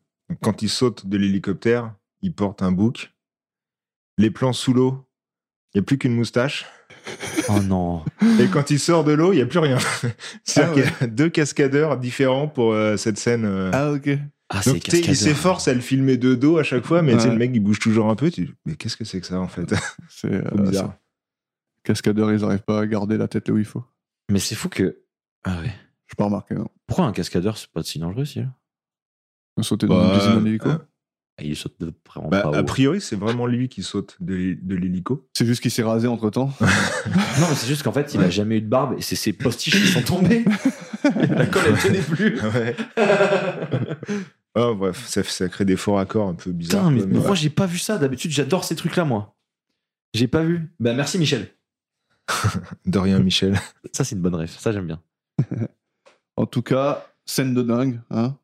quand il saute de l'hélicoptère, il porte un bouc. Les plans sous l'eau, il n'y a plus qu'une moustache. Oh non. Et quand il sort de l'eau, il n'y a plus rien. C'est-à-dire Ah ouais. qu'il y a deux cascadeurs différents pour euh, cette scène. euh. Ah ok. Ah, c'est Donc, tu sais, il cascadeur. s'efforce à le filmer de dos à chaque fois, mais tu sais, Ouais. le mec, il bouge toujours un peu. Tu... dis, Mais qu'est-ce que c'est que ça, en fait C'est euh, Bizarre. ça. cascadeur ils arrivent pas à garder la tête là où il faut. Mais c'est fou que. Ah ouais. Je hein. pas remarqué non. Pourquoi un cascadeur, c'est pas si dangereux, si là Sauter dans Bah, une piscine en hélico. euh, Ah, Il saute de vraiment Bah, pas haut. a priori, c'est vraiment lui qui saute de l'hé- de l'hélico. C'est juste qu'il s'est rasé entre temps. Non, mais c'est juste qu'en fait, il a Ouais. jamais eu de barbe et c'est ses postiches qui sont tombés. La colle, elle tenait plus. Ouais. Oh, bref, ça, ça crée des faux raccords un peu bizarres. Putain, mais quoi, mais moi, ouais. j'ai pas vu ça. D'habitude, j'adore ces trucs-là, moi. J'ai pas vu. Bah, merci, Michel. De rien, Michel. Ça, c'est une bonne rêve. Ça, j'aime bien. En tout cas scène de dingue hein.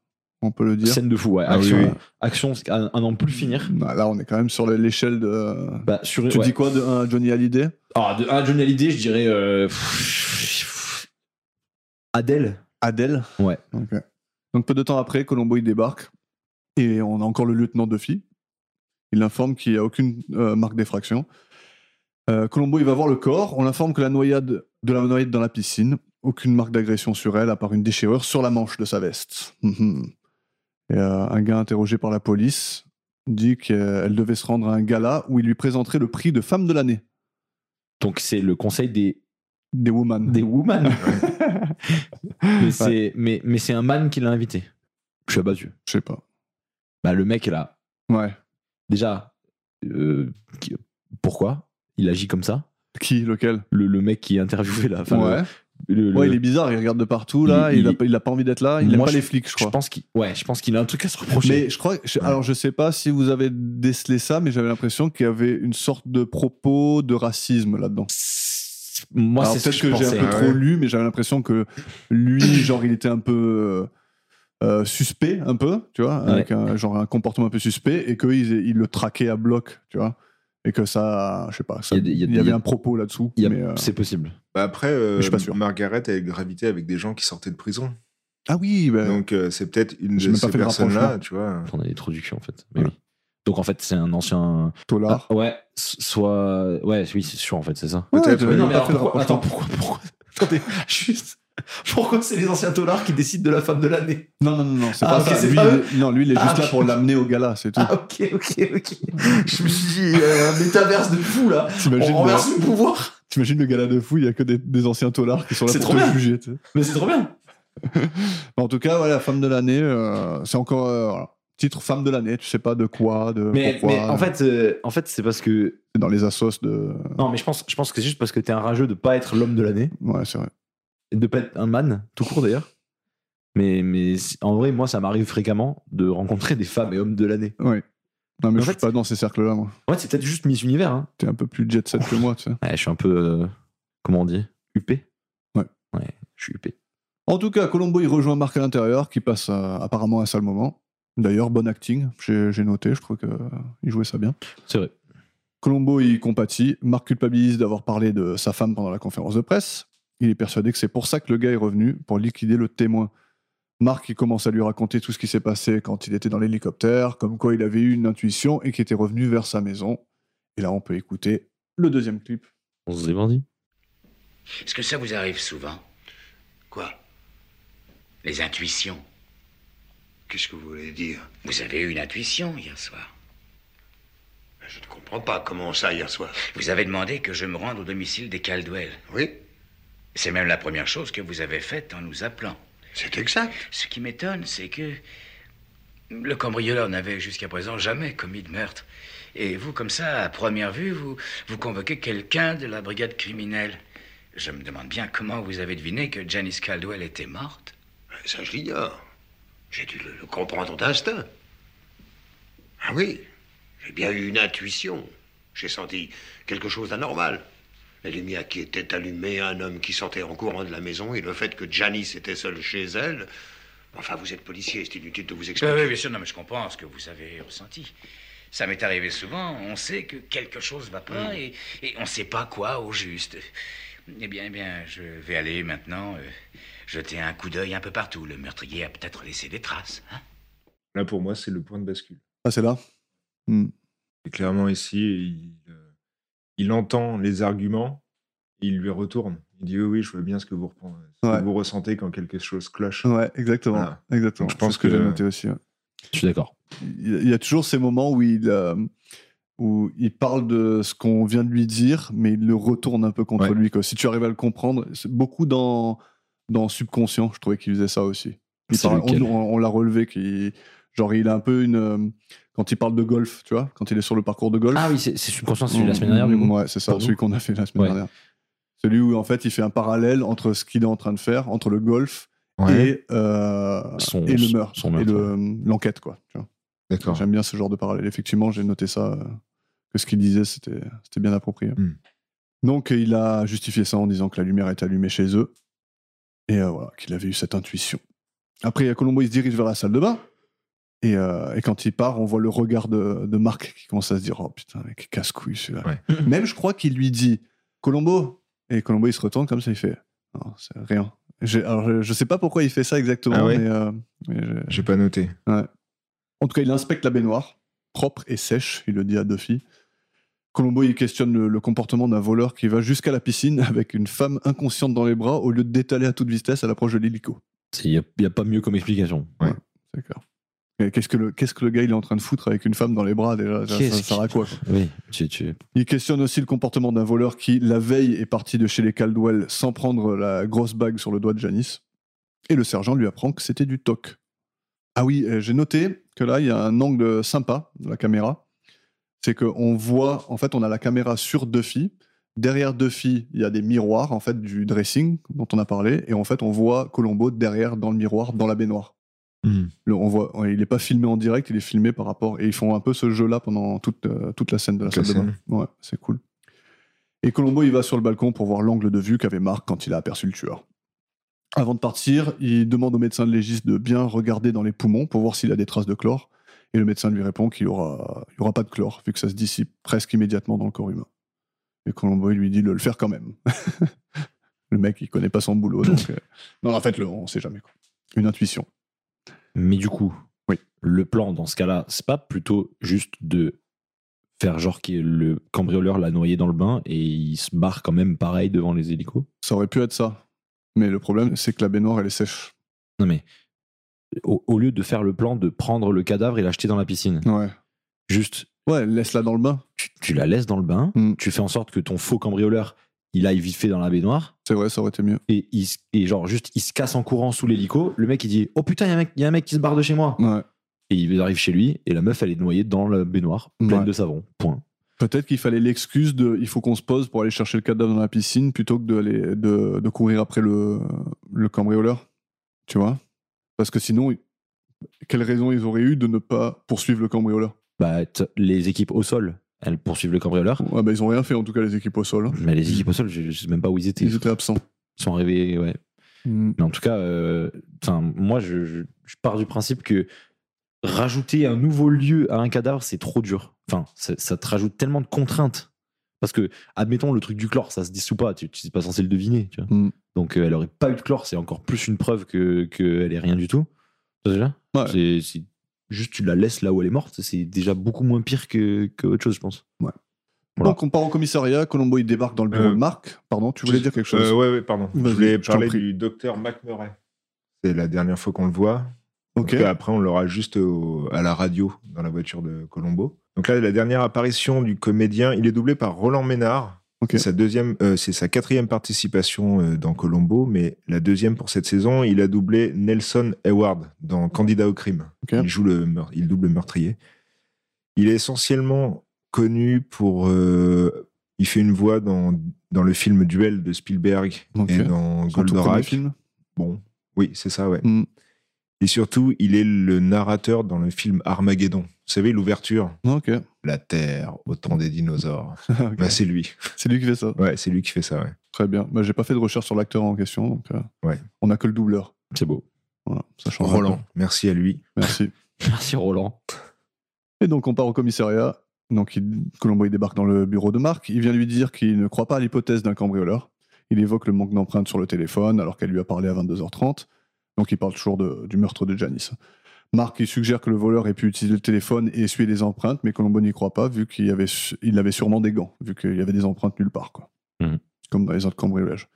On peut le dire. Scène de fou, ouais. Ah oui, Action, oui. action c'est un, un an plus finir. Bah, Là, on est quand même sur l'échelle de. Bah, sur, Tu ouais. dis quoi de un Johnny Hallyday Ah, de, un Johnny Hallyday, je dirais. euh, pff, Adèle. Adèle Ouais. Ok. Donc, peu de temps après, Colombo il débarque et on a encore le lieutenant Duffy. Il informe qu'il n'y a aucune euh, marque d'effraction. Euh, Colombo il va voir le corps. On l'informe que la noyade de la noyade dans la piscine, aucune marque d'agression sur elle à part une déchirure sur la manche de sa veste. Mhm. et euh, un gars interrogé par la police dit qu'elle devait se rendre à un gala où il lui présenterait le prix de femme de l'année Donc, c'est le conseil des, des women. des women. mais c'est mais, mais c'est un man qui l'a invité. Je suis abattu. Je sais pas. Bah, le mec, là, Ouais. déjà, euh, qui- pourquoi il agit comme ça. Qui Lequel Le, le mec qui est interviewé là. enfin, ouais. le- le- Ouais, le- il est bizarre, il regarde de partout là, Il- il, a il- pas- il a pas envie d'être là, il aime Moi, pas je- les flics, je je crois. pense qu'il ouais, je pense qu'il a un truc à se reprocher. Mais je crois, je- Ouais. alors je sais pas si vous avez décelé ça, mais j'avais l'impression qu'il y avait une sorte de propos de racisme là-dedans. C'est- moi, Alors c'est ce que, peut-être je que, j'ai pensais. un peu Ah trop ouais. lu, mais j'avais l'impression que lui, genre, il était un peu euh, euh, suspect, un peu, tu vois, Ouais. avec un, genre un comportement un peu suspect, et qu'eux, ils, ils le traquaient à bloc, tu vois, et que ça, je sais pas, ça- Il y a des- il il y, y a des- avait il y a- un propos là-dessous. Il y a- mais, euh, C'est possible. Bah après, euh, Je suis pas sûr. Margaret, elle gravitait avec des gens qui sortaient de prison. Ah oui, bah, Donc euh, c'est peut-être une J'ai de même pas ces fait le personnes-là, rapprochement. tu vois. On a des trous du cul en fait. Mais oui. Donc en fait, c'est un ancien. Tolar. Ah, ouais, s- soit. Ouais, oui, c'est sûr en fait, c'est ça. Ouais, peut-être, j'avais mais même non, pas fait le rapprochement. pourquoi, pourquoi Attendez, juste. Pourquoi c'est les anciens tolards qui décident de la femme de l'année Non, non, non, non, c'est Ah, pas ok, ça. c'est Lui, pas il- eux non, lui, il est Ah, juste là ok. Ah, pour l'amener au gala, c'est tout. ok, ok, ok. Je me suis dit, euh, un métaverse de fou là. T'imagines le, le pouvoir. t'imagines le gala de fou, il y a que des, des anciens tolards qui sont là C'est pour trop te bien. juger. tu sais. Mais c'est trop bien. Mais en tout cas, voilà, femme de l'année, euh, c'est encore euh, voilà, titre femme de l'année. Tu sais pas de quoi, de Mais, pourquoi. mais en fait, euh, en fait c'est parce que. c'est dans les assos de. Non, mais je pense, je pense que c'est juste parce que t'es un rageux de pas être l'homme de l'année. Ouais, c'est vrai. et de pas être un man, tout court d'ailleurs. Mais, mais si- en vrai, moi, ça m'arrive fréquemment de rencontrer des femmes et hommes de l'année. Ouais. Non, mais, Mais en je suis fait- pas dans ces cercles-là, moi. En fait, c'est peut-être juste Miss Univers. hein. T'es un peu plus jet set que moi, tu sais. Ouais, je suis un peu. euh, comment on dit Huppé Ouais. Ouais, je suis huppé. En tout cas, Colombo, il rejoint Marc à l'intérieur, qui passe euh, apparemment un sale moment. D'ailleurs, bon acting, j'ai j'ai noté, je trouve qu'il jouait ça bien. C'est vrai. Colombo y compatit. Marc culpabilise d'avoir parlé de sa femme pendant la conférence de presse. Il est persuadé que c'est pour ça que le gars est revenu, pour liquider le témoin. Marc il commence à lui raconter tout ce qui s'est passé quand il était dans l'hélicoptère, comme quoi il avait eu une intuition et qu'il était revenu vers sa maison. Et là, on peut écouter le deuxième clip. On se dévendit. Est-ce que ça vous arrive souvent Quoi Les intuitions. Qu'est-ce que vous voulez dire Vous avez eu une intuition hier soir. Je ne comprends pas comment ça hier soir. Vous avez demandé que je me rende au domicile des Caldwell. Oui, C'est même la première chose que vous avez faite en nous appelant. c'est exact. Ce qui m'étonne, c'est que le cambrioleur n'avait jusqu'à présent jamais commis de meurtre. Et vous, comme ça, à première vue, vous, vous convoquez quelqu'un de la brigade criminelle. Je me demande bien comment vous avez deviné que Janice Caldwell était morte. Ça, je l'ignore. J'ai dû le, le comprendre d'instinct. Ah oui, j'ai bien eu une intuition. J'ai senti quelque chose d'anormal. Les lumières qui étaient allumées, un homme qui sortait en courant de la maison et le fait que Janice était seule chez elle. Enfin, vous êtes policier, c'est inutile de vous expliquer. Euh, oui, bien sûr, non, mais je comprends ce que vous avez ressenti. Ça m'est arrivé souvent, on sait que quelque chose va pas et, et on sait pas quoi au juste. Eh bien, eh bien, je vais aller maintenant euh, jeter un coup d'œil un peu partout. Le meurtrier a peut-être laissé des traces. hein. Là, pour moi, c'est le point de bascule. Ah, c'est là Et clairement, ici, il, euh, il entend les arguments et il lui retourne. Il dit Oui, oui, je vois bien ce que vous, repen- ce que Ouais. vous ressentez quand quelque chose cloche. Ouais, exactement. Voilà. exactement. Donc, je pense C'est ce Ah. que, que- j'ai noté aussi. ouais. Je suis d'accord. il il y a toujours ces moments où il, euh, où il parle de ce qu'on vient de lui dire, mais il le retourne un peu contre Ouais. lui. Quoi. Si tu arrives à le comprendre, c'est beaucoup dans, dans Subconscient, je trouvais qu'il faisait ça aussi. Il C'est parle- lequel on on- on l'a relevé, qu'il, genre il a un peu une... euh, quand il parle de golf, tu vois, quand il est sur le parcours de golf. Ah oui, c'est c'est subconscient, c'est celui de la semaine dernière du coup. Ouais, c'est ça, Pour celui nous. qu'on a fait la semaine Ouais. dernière. Celui où en fait il fait un parallèle entre ce qu'il est en train de faire, entre le golf Ouais, et, euh, Son- et le son- meurtre, son meurtre, et le- euh, l'enquête, quoi. tu vois. d'accord. J'aime bien ce genre de parallèle. Effectivement, j'ai noté ça, euh, que ce qu'il disait, c'était c'était bien approprié. Hmm. Donc, euh, il a justifié ça en disant que la lumière est allumée chez eux. Et euh, voilà, qu'il avait eu cette intuition. Après, il y a Colombo, il se dirige vers la salle de bain. Et, euh, et quand il part, on voit le regard de, de Marc qui commence à se dire Oh putain, mec, casse-couille celui-là. Ouais. Même, je crois qu'il lui dit Colombo. Et Colombo, il se retourne comme ça, il fait Non, c'est rien. J'ai- Alors, je, je sais pas pourquoi il fait ça exactement, Ah ouais mais, euh, mais je- J'ai pas noté. en tout cas, il inspecte la baignoire, propre et sèche, il le dit à Duffy. Colombo il questionne le, le comportement d'un voleur qui va jusqu'à la piscine avec une femme inconsciente dans les bras au lieu de d'étaler à toute vitesse à l'approche de l'hélico. Il n'y a, y a pas mieux comme explication. C'est clair. Et Qu'est-ce que, le, qu'est-ce que le gars il est en train de foutre avec une femme dans les bras déjà Ça, ça Qu'est-ce sert à qui- quoi, quoi Oui, tu, tu... Il questionne aussi le comportement d'un voleur qui, la veille, est parti de chez les Caldwell sans prendre la grosse bague sur le doigt de Janice. Et le sergent lui apprend que c'était du toc. Ah oui, euh, j'ai noté que là, il y a un angle sympa de la caméra. c'est qu'on voit, en fait, on a la caméra sur Duffy. Derrière Duffy, il y a des miroirs, en fait, du dressing dont on a parlé. Et en fait, on voit Colombo derrière, dans le miroir, dans la baignoire. Mhm. Le- on voit, il n'est pas filmé en direct, il est filmé par rapport. Et ils font un peu ce jeu-là pendant toute, euh, toute la scène de la Toute la salle de bain. Ouais, c'est cool. Et Colombo, il va sur le balcon pour voir l'angle de vue qu'avait Marc quand il a aperçu le tueur. Avant de partir, il demande au médecin légiste de bien regarder dans les poumons pour voir s'il a des traces de chlore. Et le médecin lui répond qu'il n'y aura, il y aura pas de chlore, vu que ça se dissipe presque immédiatement dans le corps humain. Et Colombo, il lui dit de le faire quand même. le mec, il connaît pas son boulot. Donc, euh, Non, en fait, le, on sait jamais. quoi. Une intuition. Mais du coup, Oui. le plan dans ce cas-là, c'est pas plutôt juste de faire genre que le cambrioleur l'a noyé dans le bain et il se barre quand même pareil devant les hélicos Ça aurait pu être ça. Mais le problème, c'est que la baignoire, elle est sèche. Non mais au, au lieu de faire le plan de prendre le cadavre et l'acheter dans la piscine, Ouais. juste Ouais, laisse-la dans le bain. tu, tu la laisses dans le bain, Mm. tu fais en sorte que ton faux cambrioleur il aille vite fait dans la baignoire C'est vrai, ça aurait été mieux. et, il, se- et genre juste il se casse en courant sous l'hélico. Le mec il dit oh putain il y a un mec- il y, a un mec qui se barre de chez moi Ouais. et il arrive chez lui et la meuf elle est noyée dans la baignoire pleine Ouais. de savon. Point. Peut-être qu'il fallait l'excuse de il faut qu'on se pose pour aller chercher le cadavre dans la piscine plutôt que de, aller- de, de courir après le, le cambrioleur. Tu vois Parce que sinon, ils- quelle raison ils auraient eu de ne pas poursuivre le cambrioleur Bah t- les équipes au sol elles poursuivent le cambrioleur. ah bah, Ils ont rien fait, en tout cas, les équipes au sol. hein. Mais les équipes au sol, je, je sais même pas où ils étaient. Ils Ils étaient absents. sont arrivés, ouais. Mm. Mais en tout cas, euh, 'fin, moi, je, je- je pars du principe que rajouter un nouveau lieu à un cadavre, c'est trop dur. Enfin, ça, ça te rajoute tellement de contraintes. Parce que, admettons, le truc du chlore, ça se dissout pas. Tu n'es pas censé le deviner. Tu vois. Mm. Donc, euh, elle aurait pas eu de chlore. C'est encore plus une preuve que qu'elle est rien du tout. Tu vois ce que je veux dire Ouais. C'est- c'est juste tu la laisses là où elle est morte. C'est déjà beaucoup moins pire que, que autre chose, je pense. Voilà. Donc, on part au commissariat. Colombo, il débarque dans le bureau Euh, de Marc. Pardon, tu voulais dire quelque chose Euh, ouais, ouais, pardon. Je Vas-y, voulais je t'en parler prie. du docteur McMurray. C'est la dernière fois qu'on le voit. Ok. Parce que Après, on l'aura juste au- à la radio dans la voiture de Colombo. Donc là, la dernière apparition du comédien, il est doublé par Roland Ménard. Ok. C'est Sa deuxième, euh, c'est sa quatrième participation euh, dans Colombo, mais la deuxième pour cette saison, il a doublé Nelson Hayward dans Candidat au crime. Ok. Il joue le, meur- il double le meurtrier. Il est essentiellement connu pour, euh, il fait une voix dans dans le film Duel de Spielberg Ok. et dans Son tout premier Goldorak. film. Bon, oui, c'est ça, ouais. Mm. Et surtout, il est le narrateur dans le film Armageddon. Vous savez, l'ouverture Ok. La Terre au temps des dinosaures. Ok. Bah, c'est lui. C'est lui qui fait ça. Ouais, c'est lui qui fait ça, ouais. Très bien. Bah, j'ai pas fait de recherche sur l'acteur en question, donc euh, Ouais. on a que le doubleur. C'est beau. Voilà, ça change. un Roland, merci à lui. peu. Merci. Merci, Roland. Et donc on part au commissariat. Donc il- Colombo il débarque dans le bureau de Marc. Il vient lui dire qu'il ne croit pas à l'hypothèse d'un cambrioleur. Il évoque le manque d'empreintes sur le téléphone alors qu'elle lui a parlé à 22h30. Donc il parle toujours de- du meurtre de Janice. Marc il suggère que le voleur ait pu utiliser le téléphone et essuyer des empreintes, mais Colombo n'y croit pas vu qu'il y avait, su- il avait sûrement des gants, vu qu'il y avait des empreintes nulle part, quoi. Mhm. Comme dans les autres cambriolages.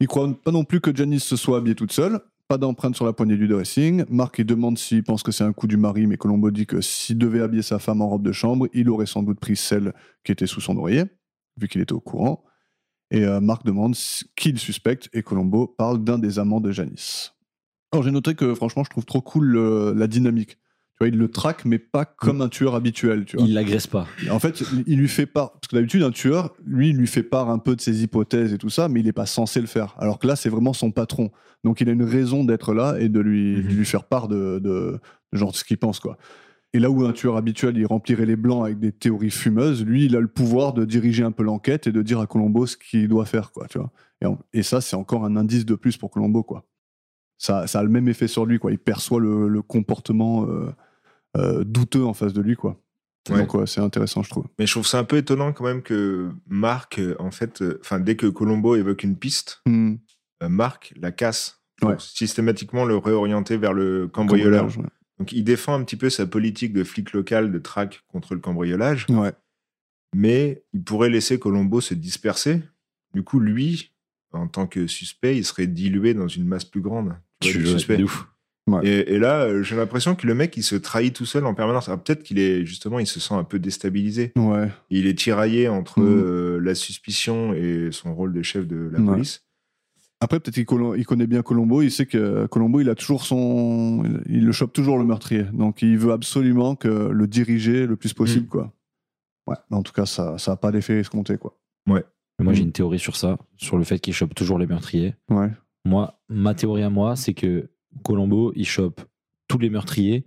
Il croit pas non plus que Janice se soit habillée toute seule, pas d'empreinte sur la poignée du dressing. Marc, il demande s'il pense que c'est un coup du mari, mais Colombo dit que s'il devait habiller sa femme en robe de chambre, il aurait sans doute pris celle qui était sous son oreiller, vu qu'il était au courant. Et euh, Marc demande s- qui il suspecte, et Colombo parle d'un des amants de Janice. Alors j'ai noté que franchement, je trouve trop cool le- la dynamique. Tu vois, il le traque, mais pas comme un tueur habituel. Tu vois. Il l'agresse pas. En fait, il- il lui fait part, parce que d'habitude, un tueur, lui, il lui fait part un peu de ses hypothèses et tout ça, mais il n'est pas censé le faire. Alors que là, c'est vraiment son patron. Donc, il a une raison d'être là et de lui, Mhm. de lui faire part de, de- de genre de ce qu'il pense, quoi. Et là où un tueur habituel, il remplirait les blancs avec des théories fumeuses, lui, il a le pouvoir de diriger un peu l'enquête et de dire à Colombo ce qu'il doit faire, quoi, tu vois. Et, en- et ça, c'est encore un indice de plus pour Colombo, quoi. Ça, ça a le même effet sur lui, quoi. Il perçoit le, le comportement euh, euh, douteux en face de lui, quoi. Ouais. Donc, ouais, c'est intéressant, je trouve. Mais je trouve ça un peu étonnant quand même que Marc, euh, en fait, euh, enfin, dès que Colombo évoque une piste, Hmm. euh, Marc la casse Ouais. pour systématiquement le réorienter vers le cambrioleur. Cambriolage, Donc, il défend un petit peu sa politique de flic local de traque contre le cambriolage. Ouais. Ouais. mais il pourrait laisser Colombo se disperser. Du coup, lui, en tant que suspect, il serait dilué dans une masse plus grande. tu vois, du suspect. de ouf. Et, et là, euh, j'ai l'impression que le mec, il se trahit tout seul en permanence. Alors, peut-être qu'il est justement, il se sent un peu déstabilisé. Ouais. Il est tiraillé entre Mhm. euh, la suspicion et son rôle de chef de la Ouais. police. Après, peut-être qu'il colo- il connaît bien Colombo, il sait que Colombo, il a toujours son. Il, Hmm. il le chope toujours le meurtrier. Donc, il veut absolument que le diriger le plus possible, quoi. Ouais, mais en tout cas, ça n'a pas l'effet escompté, quoi. Mais Moi, j'ai Mm. une théorie sur ça, sur le fait qu'il chope toujours les meurtriers. Ouais. Moi, ma théorie à moi, c'est que Colombo, il chope tous les meurtriers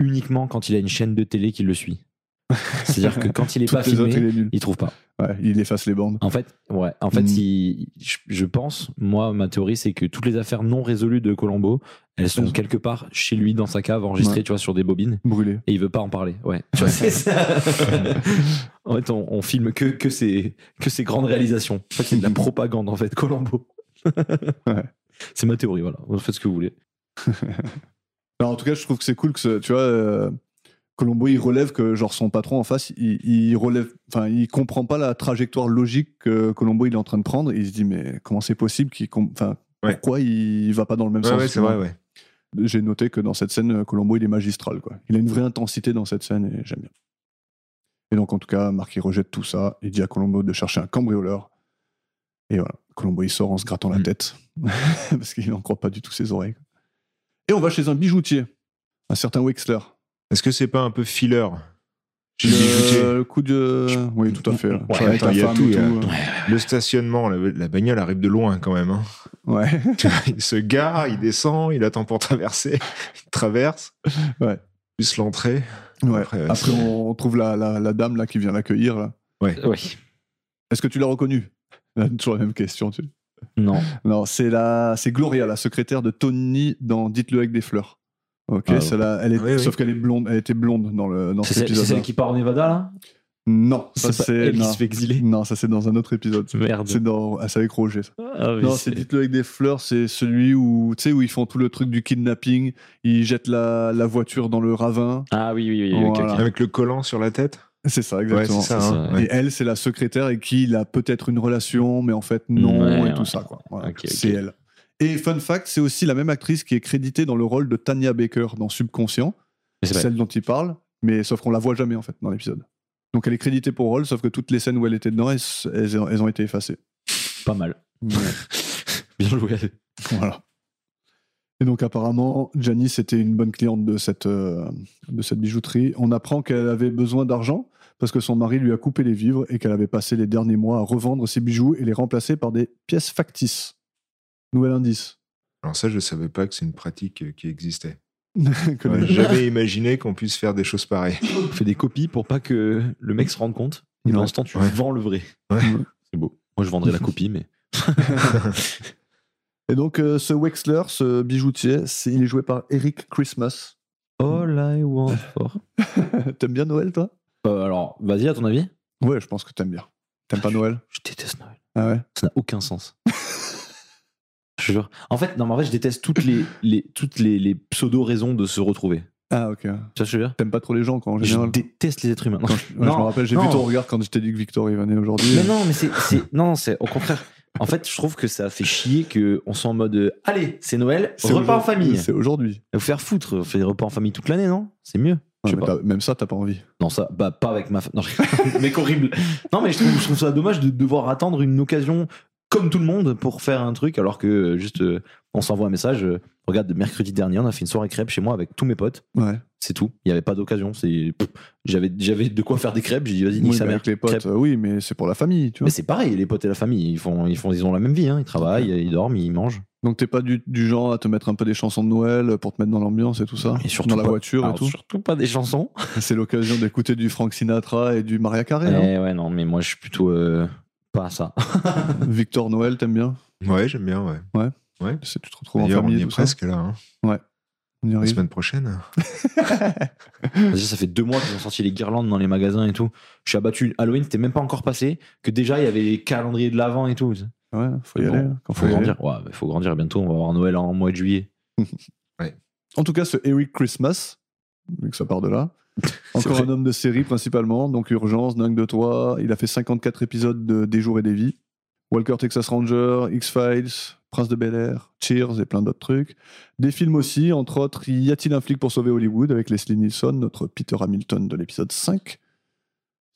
uniquement quand il a une chaîne de télé qui le suit. C'est-à-dire que quand il est Toutes pas les filmé, autres, il est nul. il trouve pas. Ouais, il efface les bandes. En fait, ouais. En fait, Mm. il- je, je pense, moi, ma théorie, c'est que toutes les affaires non résolues de Colombo, elles sont Raison. quelque part chez lui dans sa cave, enregistrées, Ouais. tu vois, sur des bobines, Brûlé. et il veut pas en parler. Ouais. Tu vois, c'est ça. en fait, on, on filme que que ses que ses grandes réalisations. En fait, c'est de la propagande en fait, Colombo. Ouais. C'est ma théorie, voilà. Vous faites ce que vous voulez. Non, Bah, en tout cas, je trouve que c'est cool que, ce- tu vois, euh, Colombo, il relève que, genre, son patron en face, il, il relève, enfin, il comprend pas la trajectoire logique que Colombo, il est en train de prendre. Il se dit, mais comment c'est possible qu'il, com- enfin, Ouais. pourquoi il va pas dans le même Ouais, sens ouais, c'est vrai, ouais. J'ai noté que dans cette scène, euh, Colombo, il est magistral, quoi. Il a une vraie intensité dans cette scène et j'aime bien. Et donc, en tout cas, Marc, il rejette tout ça. Il dit à Colombo de chercher un cambrioleur. Et voilà, Colombo, il sort en se grattant la Mm. tête. Parce qu'il n'en croit pas du tout ses oreilles. Et on va chez un bijoutier, un certain Wexler. Est-ce que c'est pas un peu filler Chez le bijoutier. Le, le coup de. Oui, tout à fait. Ouais, Ça va être attends, la il y a femme tout, et il y a- tout. Le stationnement, la, la bagnole arrive de loin quand même. hein. euh. Ouais. Tu vois, il se gare, il descend, il attend pour traverser, il traverse. Ouais. Plus l'entrée. Ouais. Après, Après, ouais, c'est- on, on trouve la, la- la dame là, qui vient l'accueillir. là. Oui. Est-ce que tu l'as reconnue Là, Toujours la même question. tu- Non. Non, c'est la, c'est Gloria, la secrétaire de Tony dans Dites-le avec des fleurs. Ok, Ah, celle-là, elle est, Oui, oui. sauf qu'elle est blonde, elle était blonde dans le dans cet C'est celle, c'est épisode. celle qui part au Nevada là. Non, ça C'est pas c'est elle qui non. se fait exiler. Non, ça c'est dans un autre épisode. Merde. C'est dans, ah, c'est avec Roger. ça. Ah, oui, non, c'est- c'est Dites-le avec des fleurs, c'est celui où tu sais où ils font tout le truc du kidnapping, ils jettent la, la voiture dans le ravin. Ah oui, oui, oui. ok, ok. Voilà. Avec le collant sur la tête C'est ça Ouais, exactement. c'est ça. C'est hein, ça, ouais. Et elle, c'est la secrétaire et qui il a peut-être une relation, mais en fait non Ouais, et tout ouais. ça quoi. Voilà, Ok, ok. C'est elle. Et fun fact, c'est aussi la même actrice qui est créditée dans le rôle de Tanya Baker dans Subconscient, Mais c'est pas- celle dont il parle, mais sauf qu'on la voit jamais en fait dans l'épisode. Donc elle est créditée pour rôle, sauf que toutes les scènes où elle était dedans, elles, elles- elles ont été effacées. pas mal. Ouais, Bien joué. voilà. Et donc apparemment, Janice était une bonne cliente de cette, euh, de cette bijouterie. On apprend qu'elle avait besoin d'argent parce que son mari lui a coupé les vivres et qu'elle avait passé les derniers mois à revendre ses bijoux et les remplacer par des pièces factices. Nouvel indice. Alors ça, je savais pas que c'est une pratique euh, qui existait. Que le- J'aurais jamais imaginé qu'on puisse faire des choses pareilles. On fait des copies pour pas que le mec se rende compte. Et Ouais. pendant ce temps, tu Ouais. vends le vrai. Ouais. C'est beau. Moi, je vendrais la copie, mais. Et donc, euh, ce Wexler, ce bijoutier, c'est- il est joué par Eric Christmas. All I want for. t'aimes bien Noël, toi Euh, alors, vas-y, à ton avis Ouais, je pense que t'aimes bien. T'aimes pas Noël Je déteste Noël. Ah ouais Ça n'a aucun sens. je jure. En fait, non, mais en fait, je déteste toutes les, les, toutes les, les pseudo-raisons de se retrouver. Ah, ok. Tu vois ce que je veux dire T'aimes pas trop les gens, quoi, en Je général déteste les êtres humains. Non. Quand je, ouais, je Non, me rappelle, j'ai vu non. ton regard quand je t'ai dit que Victor il venait aujourd'hui. Mais non, mais c'est, c'est- non, c'est au contraire. En fait, je trouve que ça fait chier qu'on soit en mode euh, allez, c'est Noël, C'est repas en aujourd'hui- famille. C'est aujourd'hui. Vous faire foutre, on fait des repas en famille toute l'année, non C'est mieux. Je sais Ouais, mais pas. t'as- même ça, t'as pas envie. Non, ça, bah, pas avec ma femme. Non, je- mec horrible. Non, mais je trouve, je trouve ça dommage de devoir attendre une occasion comme tout le monde pour faire un truc, alors que euh, juste euh, on s'envoie un message. euh, regarde, mercredi dernier, on a fait une soirée crêpe chez moi avec tous mes potes. Ouais. C'est tout. Il n'y avait pas d'occasion. C'est pff, j'avais j'avais de quoi faire des crêpes. J'ai dit vas-y, nique Oui, sa mais mère. avec les potes, crêpes. euh, oui, mais c'est pour la famille, tu Mais vois. c'est pareil, les potes et la famille, ils font, ils font, ils ont la même vie. hein. Ils travaillent, ils dorment, ils mangent. Donc t'es pas du, du genre à te mettre un peu des chansons de Noël euh, pour te mettre dans l'ambiance et tout ça Et surtout Dans la pas- voiture et Alors, tout surtout pas des chansons. C'est l'occasion d'écouter du Frank Sinatra et du Maria Carey. hein. Eh ouais, non, mais moi, je suis plutôt euh, pas à ça. Victor Noël, t'aimes bien ouais, j'aime bien, ouais. C'est- Tu te retrouves en D'ailleurs, on famille y et est tout ça presque là. hein. On y La arrive. semaine prochaine. Déjà, ça fait deux mois qu'ils ont sorti les guirlandes dans les magasins et tout. Je suis abattu. Halloween, c'était même pas encore passé. Que déjà, il y avait les calendriers de l'avant et tout. Ouais, faut y Bon, aller. hein, Quand Faut faut y aller. grandir. Ouais, mais faut grandir. Bientôt, on va avoir Noël en mois de juillet. En tout cas, ce Eric Christmas, vu que ça part de là, encore un homme de série principalement, donc Urgence, Dingue de Toi, il a fait 54 épisodes de Des Jours et des Vies, Walker Texas Ranger, X-Files, Prince de Bel Air, Cheers et plein d'autres trucs. Des films aussi, entre autres Y a-t-il un flic pour sauver Hollywood avec Leslie Nielsen, notre Peter Hamilton de l'épisode 5.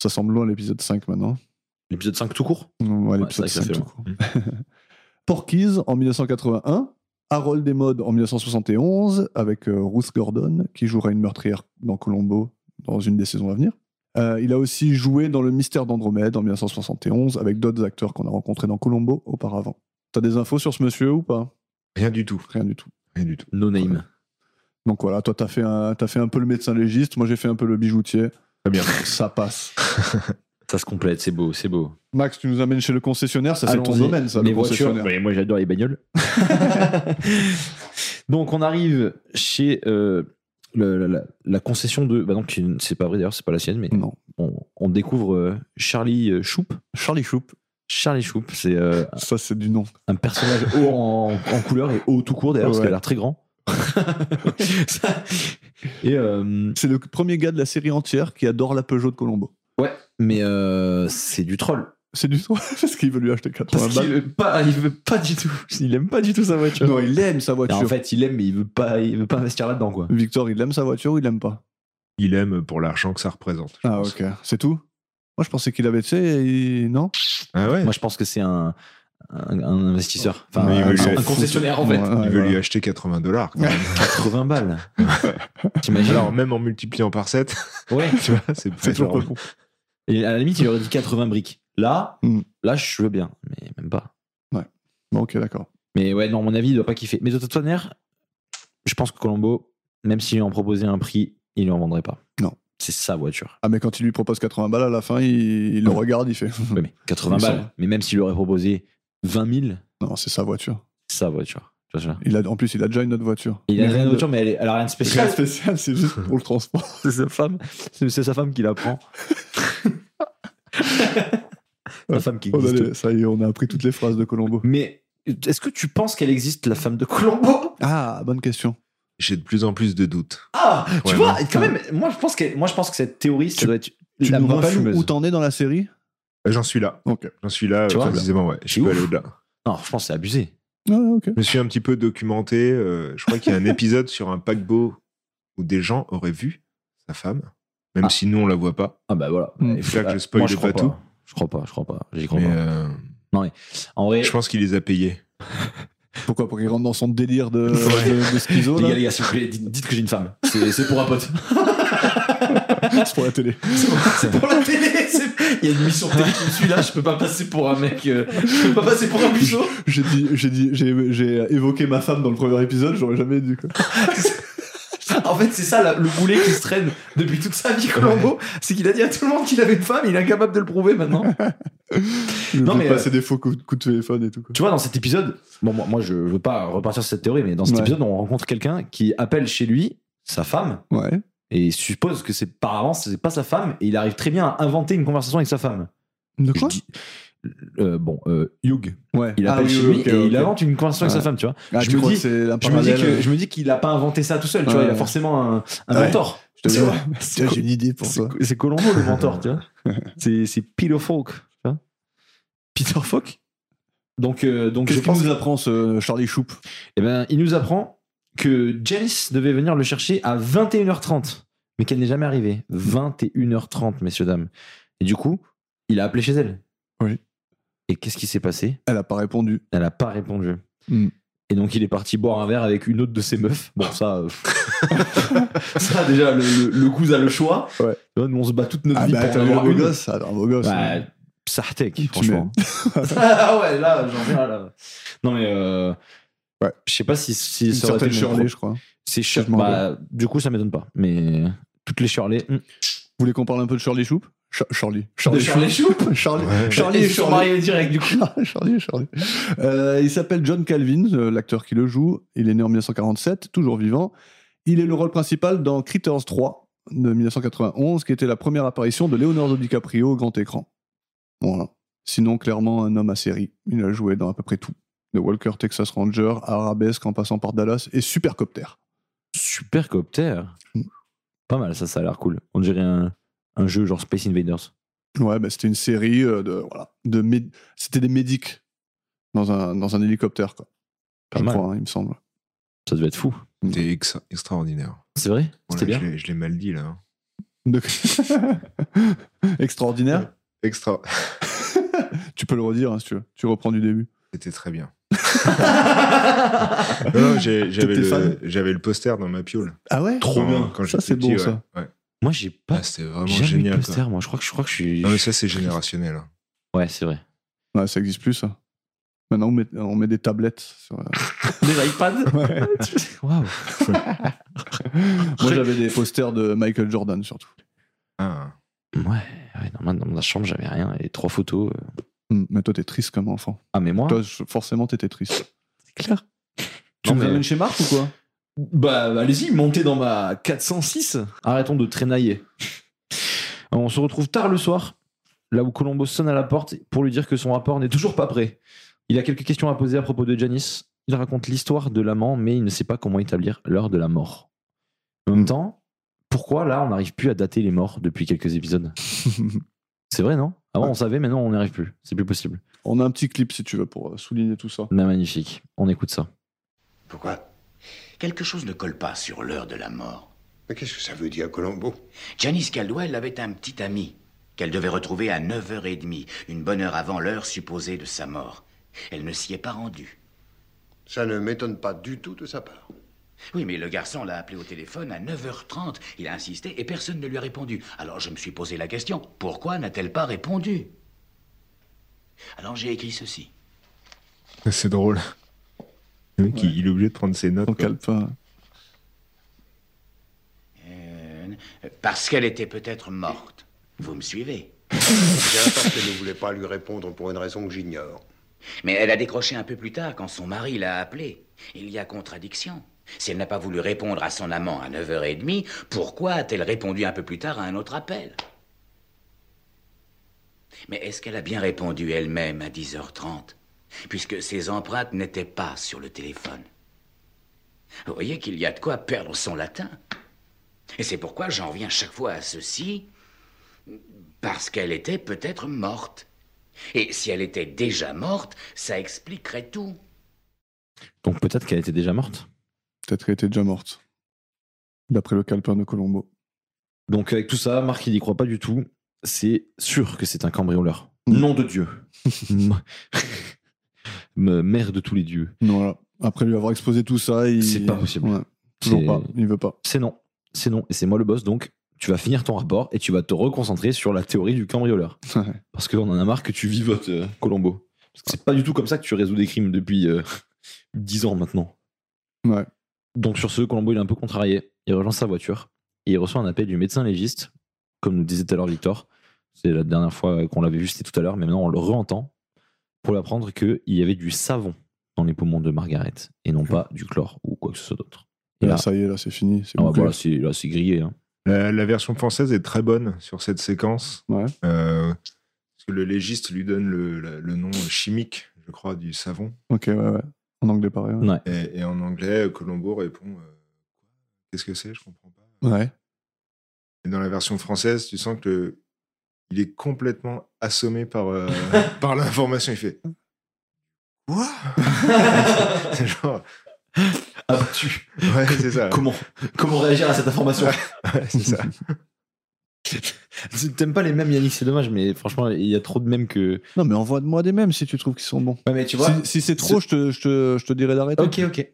Ça semble loin l'épisode 5 maintenant. L'épisode 5 tout court Mm, Ouais, Ouais, l'épisode c'est vrai 5 que ça Mm. tout court. Porky's en 1981, Harold des modes en 1971 avec euh, Ruth Gordon qui jouera une meurtrière dans Colombo dans une des saisons à venir. Euh, il a aussi joué dans Le Mystère d'Andromède en 1971 avec d'autres acteurs qu'on a rencontrés dans Colombo auparavant. T'as des infos sur ce monsieur ou pas Rien du tout. Rien du tout. Rien du tout. No name. Donc voilà, toi t'as fait un, t'as fait un peu le médecin légiste, moi j'ai fait un peu le bijoutier. Très bien. Ça passe. Ça se complète, c'est beau, c'est beau. Max, tu nous amènes chez le concessionnaire, ça c'est ton Allons-y. domaine, ça. les le voitures. concessionnaire. Ouais, moi, j'adore les bagnoles. donc, on arrive chez euh, le- la, la- la concession de. Bah, donc, une- c'est pas vrai d'ailleurs, c'est pas la sienne, mais Non. on, on découvre euh, Charlie euh, Choup. Mm. Charlie Choup, Charlie Choup, c'est euh, ça c'est du nom. un personnage haut en, en couleur et haut tout court d'ailleurs, parce Ouais. qu'il a l'air très grand. Ça- et euh, C'est le premier gars de la série entière qui adore la Peugeot de Colombo. mais euh, c'est du troll. C'est du tout parce qu'il veut lui acheter 80 Parce qu'il balles. veut pas, il veut pas du tout. Il aime pas du tout sa voiture. Non, il aime sa voiture. Non, en fait, il aime, mais il veut pas, il veut pas investir là-dedans, quoi. Victor, il aime sa voiture ou il aime pas Il aime pour l'argent que ça représente. je Ah pense. ok, c'est tout Moi je pensais qu'il avait, tu sais, il- non Ah ouais Moi, je pense que c'est un, un, un investisseur, enfin, Oui, un, oui, un oui. concessionnaire en fait. Ouais, Il ouais, veut voilà. lui acheter 80 dollars. 80 balles. T'imagines Alors, même en multipliant par 7, Ouais. tu vois, c'est pas C'est toujours genre- pas con. Et à la limite, il aurait dit 80 briques. Là, Hmm. là, je veux bien, mais même pas. Bon, ok, d'accord. Mais ouais, non, à mon avis, il doit pas kiffer. Mais de toute manière, je pense que Colombo, même s'il en proposait un prix, il lui en vendrait pas. Non. C'est sa voiture. Ah mais quand il lui propose 80 balles à la fin, il, il le Ouais. regarde, il fait. Ouais, Mmh. mais 80 Il me balles. semble. Mais même s'il aurait proposé 20 000, Non, c'est sa voiture. c'est sa voiture. Tu vois ce que je veux dire Il a, en plus, il a déjà une autre voiture. Il Mais a rien de de- voiture, mais elle, est- elle a rien de C'est rien spécial. de spécial, c'est juste pour le transport. C'est sa femme. C'est c'est sa femme qui la prend. la femme qui On a existe. les- ça y est, on a appris toutes les phrases de Colombo. Mais est-ce que tu penses qu'elle existe, la femme de Colombo Ah, bonne question. J'ai de plus en plus de doutes. Ah Tu Ouais, vois, quand même, moi je pense que, moi, je pense que cette théorie, ça Tu- doit être Tu la nous moins rappelles fumeuse. où t'en es dans la série J'en suis là. Ok. J'en suis là, euh, Tu vois, précisément, ouais. c'est Je peux ouf. aller au-delà. Non, je pense que c'est abusé. Ah, ok. Je me suis un petit peu documenté. euh, je crois qu'il y a un épisode sur un paquebot où des gens auraient vu sa femme, même Ah. si nous, on la voit pas. Ah bah voilà. Hmm. Il Faut pas que je spoil moi, je crois pas tout. Je crois pas, je crois pas, j'y crois Mais pas. euh, en vrai, je pense qu'il les a payés. Pourquoi Pour qu'il rentre dans son délire de, Ouais. de, de schizo, les là gars, les gars, s'il vous plaît, dites, dites que j'ai une femme. C'est c'est pour un pote. C'est pour la télé. C'est pour- C'est pour la télé. c'est- Il y a une mission télé qui me suit là, je peux pas passer pour un mec. euh, je peux pas passer pour un bichot. J'ai dit, j'ai dit, j'ai, j'ai évoqué ma femme dans le premier épisode, j'aurais jamais dû. Quoi. En fait, c'est ça la- le boulet qui se traîne depuis toute sa vie, Colombo. C'est qu'il a dit à tout le monde qu'il avait une femme, il est incapable de le prouver maintenant. Non, Non mais, euh, mais passer des faux coups, coups de téléphone et tout. Quoi. Tu vois, dans cet épisode, bon, moi, moi, je veux pas repartir sur cette théorie, mais dans cet Ouais. épisode, on rencontre quelqu'un qui appelle chez lui sa femme Ouais. et suppose que c'est par avance, c'est pas sa femme, et il arrive très bien à inventer une conversation avec sa femme. De Je quoi dis- euh, bon, euh, Hugh, Ouais. il Ah appelle oui, oui, chez lui ok, et ok. il invente une conversation avec Ouais. sa femme, tu vois. Ah, je tu me crois dis- que c'est un Je me, dis parallèle, que, euh, je me dis qu'il a pas inventé ça tout seul, tu vois. Ouais. Il a forcément un, un Ouais. mentor. je te C'est vois. vrai. Tiens, J'ai une idée pour C'est- ça. C'est Colombo le mentor, tu vois. C'est c'est Peter Falk, tu vois. Peter Falk. Donc, euh, donc je Qu'est-ce qu'il pense. nous apprend ce Charlie Choup Eh ben, il nous apprend que Janice devait venir le chercher à 21h30, mais qu'elle n'est jamais arrivée. 21h30, messieurs dames. Et du coup, il a appelé chez elle. Oui. Et qu'est-ce qui s'est passé Elle a pas répondu. Elle a pas répondu. Hmm. Et donc il est parti boire un verre avec une autre de ses meufs. Bon, ça, euh, ça déjà, le, le, le goût a le choix. Ouais. Tu vois, Nous, on se bat toute notre Ah vie bah pour en t'as vu le avoir beau une. gosse Alors beau gosse. Bah, ouais. Sartek, Tu franchement. ah ouais, là, j'en viens là. Non mais, euh, Ouais. je sais pas si, si Une ça aurait été certaine le même pro- Shirley, je crois. Vous C'est je Shir- m'en bah, du coup, ça m'étonne pas. Mais toutes les Shirley. hmm. voulez qu'on parle un peu de Charlie Choup Cha- Charlie. De Shirley Choup Charlie. Ouais. Charlie Ils et sont Shirley. mariés direct du coup. Charlie, Charlie. Euh, il s'appelle John Calvin, euh, l'acteur qui le joue. Il est né en 1947, toujours vivant. Il est le rôle principal dans Critters 3 de 1991, qui était la première apparition de Leonardo DiCaprio au grand écran. Voilà. Sinon, clairement, un homme à série. Il a joué dans à peu près tout. De Walker, Texas Ranger, à Arabesque en passant par Dallas et Supercopter. Supercopter. Hmm. Pas mal, ça, ça a l'air cool. On dirait un, un jeu genre Space Invaders. Ouais, bah, c'était une série euh, de. Voilà, de mé- C'était des médics dans un, dans un hélicoptère, quoi. Pas je mal. crois, hein, il me semble. Ça devait être fou. C'était ex- extraordinaire. C'est vrai Voilà, C'était bien. je l'ai- Je l'ai mal dit, là. hein. De- Extraordinaire. Extra. Tu peux le redire hein, si tu veux. Tu reprends du début. C'était très bien. Non, non, j'ai- j'avais T'étais le, fan j'avais le poster dans ma piole. Ah ouais Quand- Trop bien. quand ça, j'étais c'est petit, bon, ouais. ça. Ouais. Moi, j'ai pas. Ah, c'était vraiment j'ai jamais eu de génial. quoi. poster, moi. Je crois que je crois que je suis. Non, mais ça, c'est générationnel. hein. Ouais, c'est vrai. Ouais, ça existe plus, ça. Maintenant, on met, on met des tablettes. Sur... euh, Des iPads Waouh Moi, j'avais des posters de Michael Jordan, surtout. Ah. Ouais, ouais, non, moi, dans ma chambre, j'avais rien. Et trois photos. euh. Hmm, Mais toi, t'es triste comme enfant. Ah, mais moi Toi, je- forcément, t'étais triste. C'est clair. Tu Non, me mais- ramènes chez Marc ou quoi Bah, allez-y, montez dans ma 406. Arrêtons de traînailler. On se retrouve tard le soir, là où Colombo sonne à la porte pour lui dire que son rapport n'est toujours pas prêt. Il a quelques questions à poser à propos de Janice. Il raconte l'histoire de l'amant, mais il ne sait pas comment établir l'heure de la mort. En même temps, pourquoi là on n'arrive plus à dater les morts depuis quelques épisodes C'est vrai, non Avant on savait, maintenant on n'y arrive plus. C'est plus possible. On a un petit clip, si tu veux, pour euh, souligner tout ça. Mais magnifique. On écoute ça. Pourquoi Quelque chose ne colle pas sur l'heure de la mort. Mais qu'est-ce que ça veut dire, Colombo Janice Caldwell avait un petit ami qu'elle devait retrouver à 9h30, une bonne heure avant l'heure supposée de sa mort. Elle ne s'y est pas rendue. Ça ne m'étonne pas du tout de sa part. Oui, mais le garçon l'a appelé au téléphone à 9h30. Il a insisté et personne ne lui a répondu. Alors je me suis posé la question, pourquoi n'a-t-elle pas répondu Alors j'ai écrit ceci. C'est drôle. Le mec, il, il est obligé de prendre ses notes. On quoi. cale pas. Euh, parce qu'elle était peut-être morte. Vous me suivez Bien parce qu'elle ne voulait pas lui répondre pour une raison que j'ignore. Mais elle a décroché un peu plus tard quand son mari l'a appelée. Il y a contradiction. Si elle n'a pas voulu répondre à son amant à 9h30, pourquoi a-t-elle répondu un peu plus tard à un autre appel Mais est-ce qu'elle a bien répondu elle-même à 10h30 Puisque ses empreintes n'étaient pas sur le téléphone. Vous voyez qu'il y a de quoi perdre son latin. Et c'est pourquoi j'en reviens chaque fois à ceci, parce qu'elle était peut-être morte. Et si elle était déjà morte, ça expliquerait tout. Donc peut-être qu'elle était déjà morte. Peut-être qu'elle était déjà morte. D'après le calepin de Colombo. Donc avec tout ça, Marc il n'y croit pas du tout. C'est sûr que c'est un cambrioleur. Mm. Nom de Dieu. M- M- Mère de tous les dieux. Non, voilà. Après lui avoir exposé tout ça, il. C'est pas possible. Ouais. Toujours C'est- pas. Il veut pas. C'est non. C'est non. Et c'est moi le boss, donc tu vas finir ton rapport et tu vas te reconcentrer sur la théorie du cambrioleur. Ouais. Parce qu'on en a marre que tu vivotes, euh, Colombo. Parce que c'est pas du tout comme ça que tu résous des crimes depuis euh, 10 ans maintenant. Ouais. Donc sur ce, Colombo il est un peu contrarié. Il relance sa voiture et il reçoit un appel du médecin légiste, comme nous disait tout à l'heure Victor. C'est la dernière fois qu'on l'avait vu, c'était tout à l'heure, mais maintenant on le reentend pour lui apprendre qu'il y avait du savon dans les poumons de Margaret et non pas du chlore ou quoi que ce soit d'autre. Et Là, là, ça y est, là, c'est fini. C'est ah bah bouclé. voilà, c'est là, c'est grillé. hein. La, la version française est très bonne sur cette séquence. Ouais. Euh, parce que le légiste lui donne le, le- le nom chimique, je crois, du savon. Ok, ouais, ouais. En anglais, pareil. Ouais. Et, et en anglais, Colombo répond euh, Qu'est-ce que c'est Je comprends pas. Ouais. Et dans la version française, tu sens que il est complètement assommé par, euh, par l'information. Il fait Quoi C'est genre. Ah bah, tu- Ouais, c'est ça. comment, comment réagir à cette information Ouais, c'est ça. Tu- T'aimes pas les mêmes Yannick, c'est dommage, mais franchement, il y a trop de mêmes que. Non, mais envoie-moi des mêmes si tu trouves qu'ils sont bons. Ouais, mais tu Si, si c'est trop, je te, je te, je te dirai d'arrêter. Ok, ok.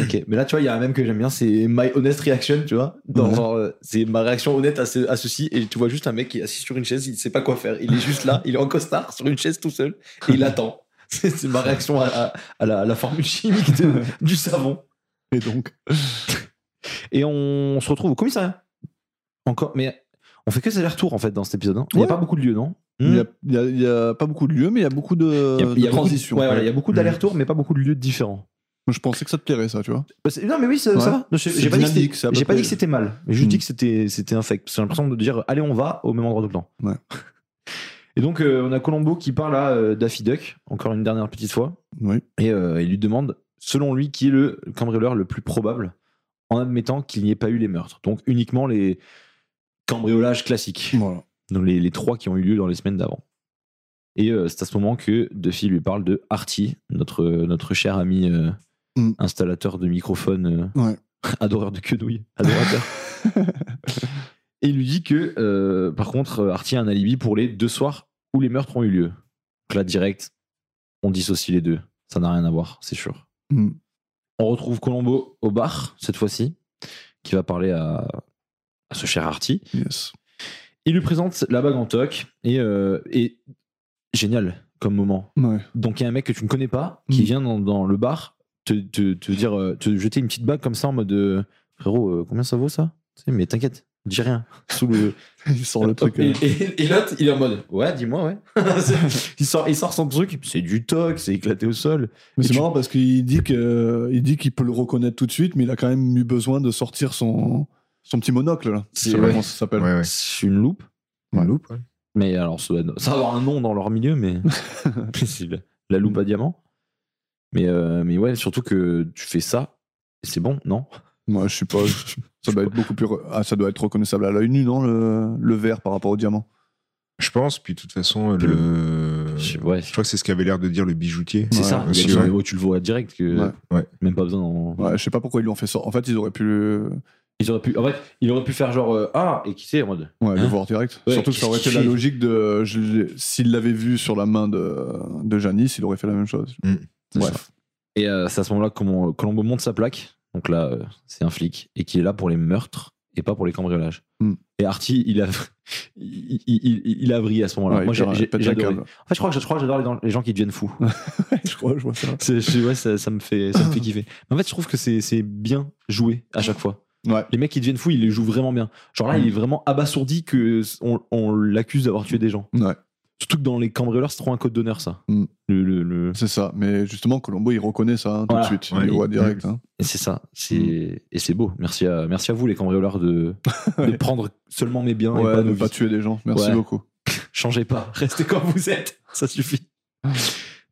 Ok, mais là, tu vois, il y a un même que j'aime bien, c'est My Honest Reaction, tu vois. Dans, Ouais. genre, euh, c'est ma réaction honnête à, ce- à ceci, et tu vois juste un mec qui est assis sur une chaise, il sait pas quoi faire. Il est juste là, il est en costard sur une chaise tout seul, et il attend. C'est c'est ma réaction à, à- à la, à la formule chimique de- du savon. Et donc, Et on se retrouve au commissariat. Encore, mais on fait que des allers-retours en fait dans cet épisode. hein. Il n'y Ouais. a pas beaucoup de lieux, non il n'y a, il y a- il y a pas beaucoup de lieux, mais il y a beaucoup de, Hmm. Il y a- de il y a beaucoup de- transitions. ouais, voilà, il y a beaucoup Mm. d'allers-retours, mais pas beaucoup de lieux différents. Moi, Je pensais que ça te plairait, ça, tu vois. Bah, c'est- non, mais oui, ça, ça Ouais. va. Non, J'ai C'est j'ai pas, dit que dynamique, c'était- c'est à peu j'ai pas près- dit que c'était mal. J'ai juste Mm. dit que c'était c'était infect. J'ai l'impression de dire allez, on va au même endroit tout le temps. Ouais. Et donc, euh, on a Colombo qui parle à euh, Daffy Duck, encore une dernière petite fois, Oui. et euh, il lui demande, selon lui, qui est le cambrioleur le plus probable, en admettant qu'il n'y ait pas eu les meurtres. Donc, uniquement les cambriolages classiques. Voilà. Donc les, les trois qui ont eu lieu dans les semaines d'avant. Et euh, c'est à ce moment que Duffy lui parle de Artie, notre, notre cher ami euh, Mm. installateur de microphones, euh, Ouais. adoreur de quenouilles, adorateur. Et il lui dit que, euh, par contre, euh, Artie a un alibi pour les deux soirs où les meurtres ont eu lieu. Donc là, direct, on dissocie les deux. Ça n'a rien à voir, c'est sûr. Mm. On retrouve Colombo au bar, cette fois-ci, qui va parler à, à ce cher Artie. Yes. Il lui présente la bague en toc et, euh, et génial comme moment. Ouais. Donc il y a un mec que tu ne connais pas qui Mm. vient dans, dans le bar te, te, te dire, euh, te jeter une petite bague comme ça en mode euh, frérot, euh, combien ça vaut ça Tu sais, Mais t'inquiète, dis rien. Sous le... Il sort le truc. Et, euh, et- et l'autre, il est en mode ouais, dis-moi, ouais. C'est- il, sort, il sort son truc, c'est du toc, c'est éclaté au sol. Mais c'est tu- marrant parce qu'il dit que il dit qu'il peut le reconnaître tout de suite, mais il a quand même eu besoin de sortir son son petit monocle là. Je sais C'est- pas ouais. comment ça s'appelle. Ouais, ouais. C'est une loupe. Une loupe, ouais. Mais alors, ça doit, ça doit avoir un nom dans leur milieu, mais c'est la, la loupe à diamant. Mais, euh, mais ouais, surtout que tu fais ça, et c'est bon, non Moi, je sais pas. je- Ça doit être beaucoup plus. re- Ah, ça doit être reconnaissable à l'œil nu, non le... le vert par rapport au diamant. Je pense, puis de toute façon, Puis le... Je- je Ouais, crois que c'est ce qu'avait l'air de dire le bijoutier. c'est Euh, Ouais, ça. aussi, Il y a du- ouais. ouais, tu le vois direct, que Ouais. Ouais. même pas besoin d'en- Ouais, je sais pas pourquoi ils lui ont fait ça. En fait, ils auraient pu le, Ils auraient pu, en fait, il aurait pu faire genre euh, Ah, et qui sait, en mode. ouais, le Hein voir direct. Ouais, Surtout que ça aurait qu'est-ce été qu'il la fait logique de. je l'ai- S'il l'avait vu sur la main de, de Janice, il aurait fait la même chose. Mm. C'est Bref. Et euh, c'est à ce moment-là que Colombo- Colombo monte sa plaque. Donc là, euh, c'est un flic et qui est là pour les meurtres et pas pour les cambriolages. Hmm. Et Artie, il a, il, il- il- il a brillé à ce moment-là. Ouais, Moi, j'ai, il j'ai- pète j'ai un adoré. câble. En fait, je crois que, je crois que j'adore les, les gens qui deviennent fous. je crois, je vois ça. C'est- je- ouais, ça, ça me fait, ça me fait kiffer. Mais en fait, je trouve que c'est, c'est bien joué à chaque fois. Ouais. Les mecs qui deviennent fous, ils les jouent vraiment bien. Genre là, il est Mm. vraiment abasourdi que s- on, on l'accuse d'avoir tué des gens. Ouais. Surtout que dans les cambrioleurs, c'est trop un code d'honneur, ça. Hmm. Le- le- le... C'est ça. Mais justement, Colombo, il reconnaît ça hein, tout Voilà. de suite. Ouais, il le voit il- direct. hein. Et c'est ça, c'est Mm. et c'est beau. Merci à merci à vous les cambrioleurs de, de Ouais. prendre seulement mes biens et Ouais, pas ne nos pas vies. tuer des gens. Merci Ouais. beaucoup. Changez pas, restez comme vous êtes, ça suffit.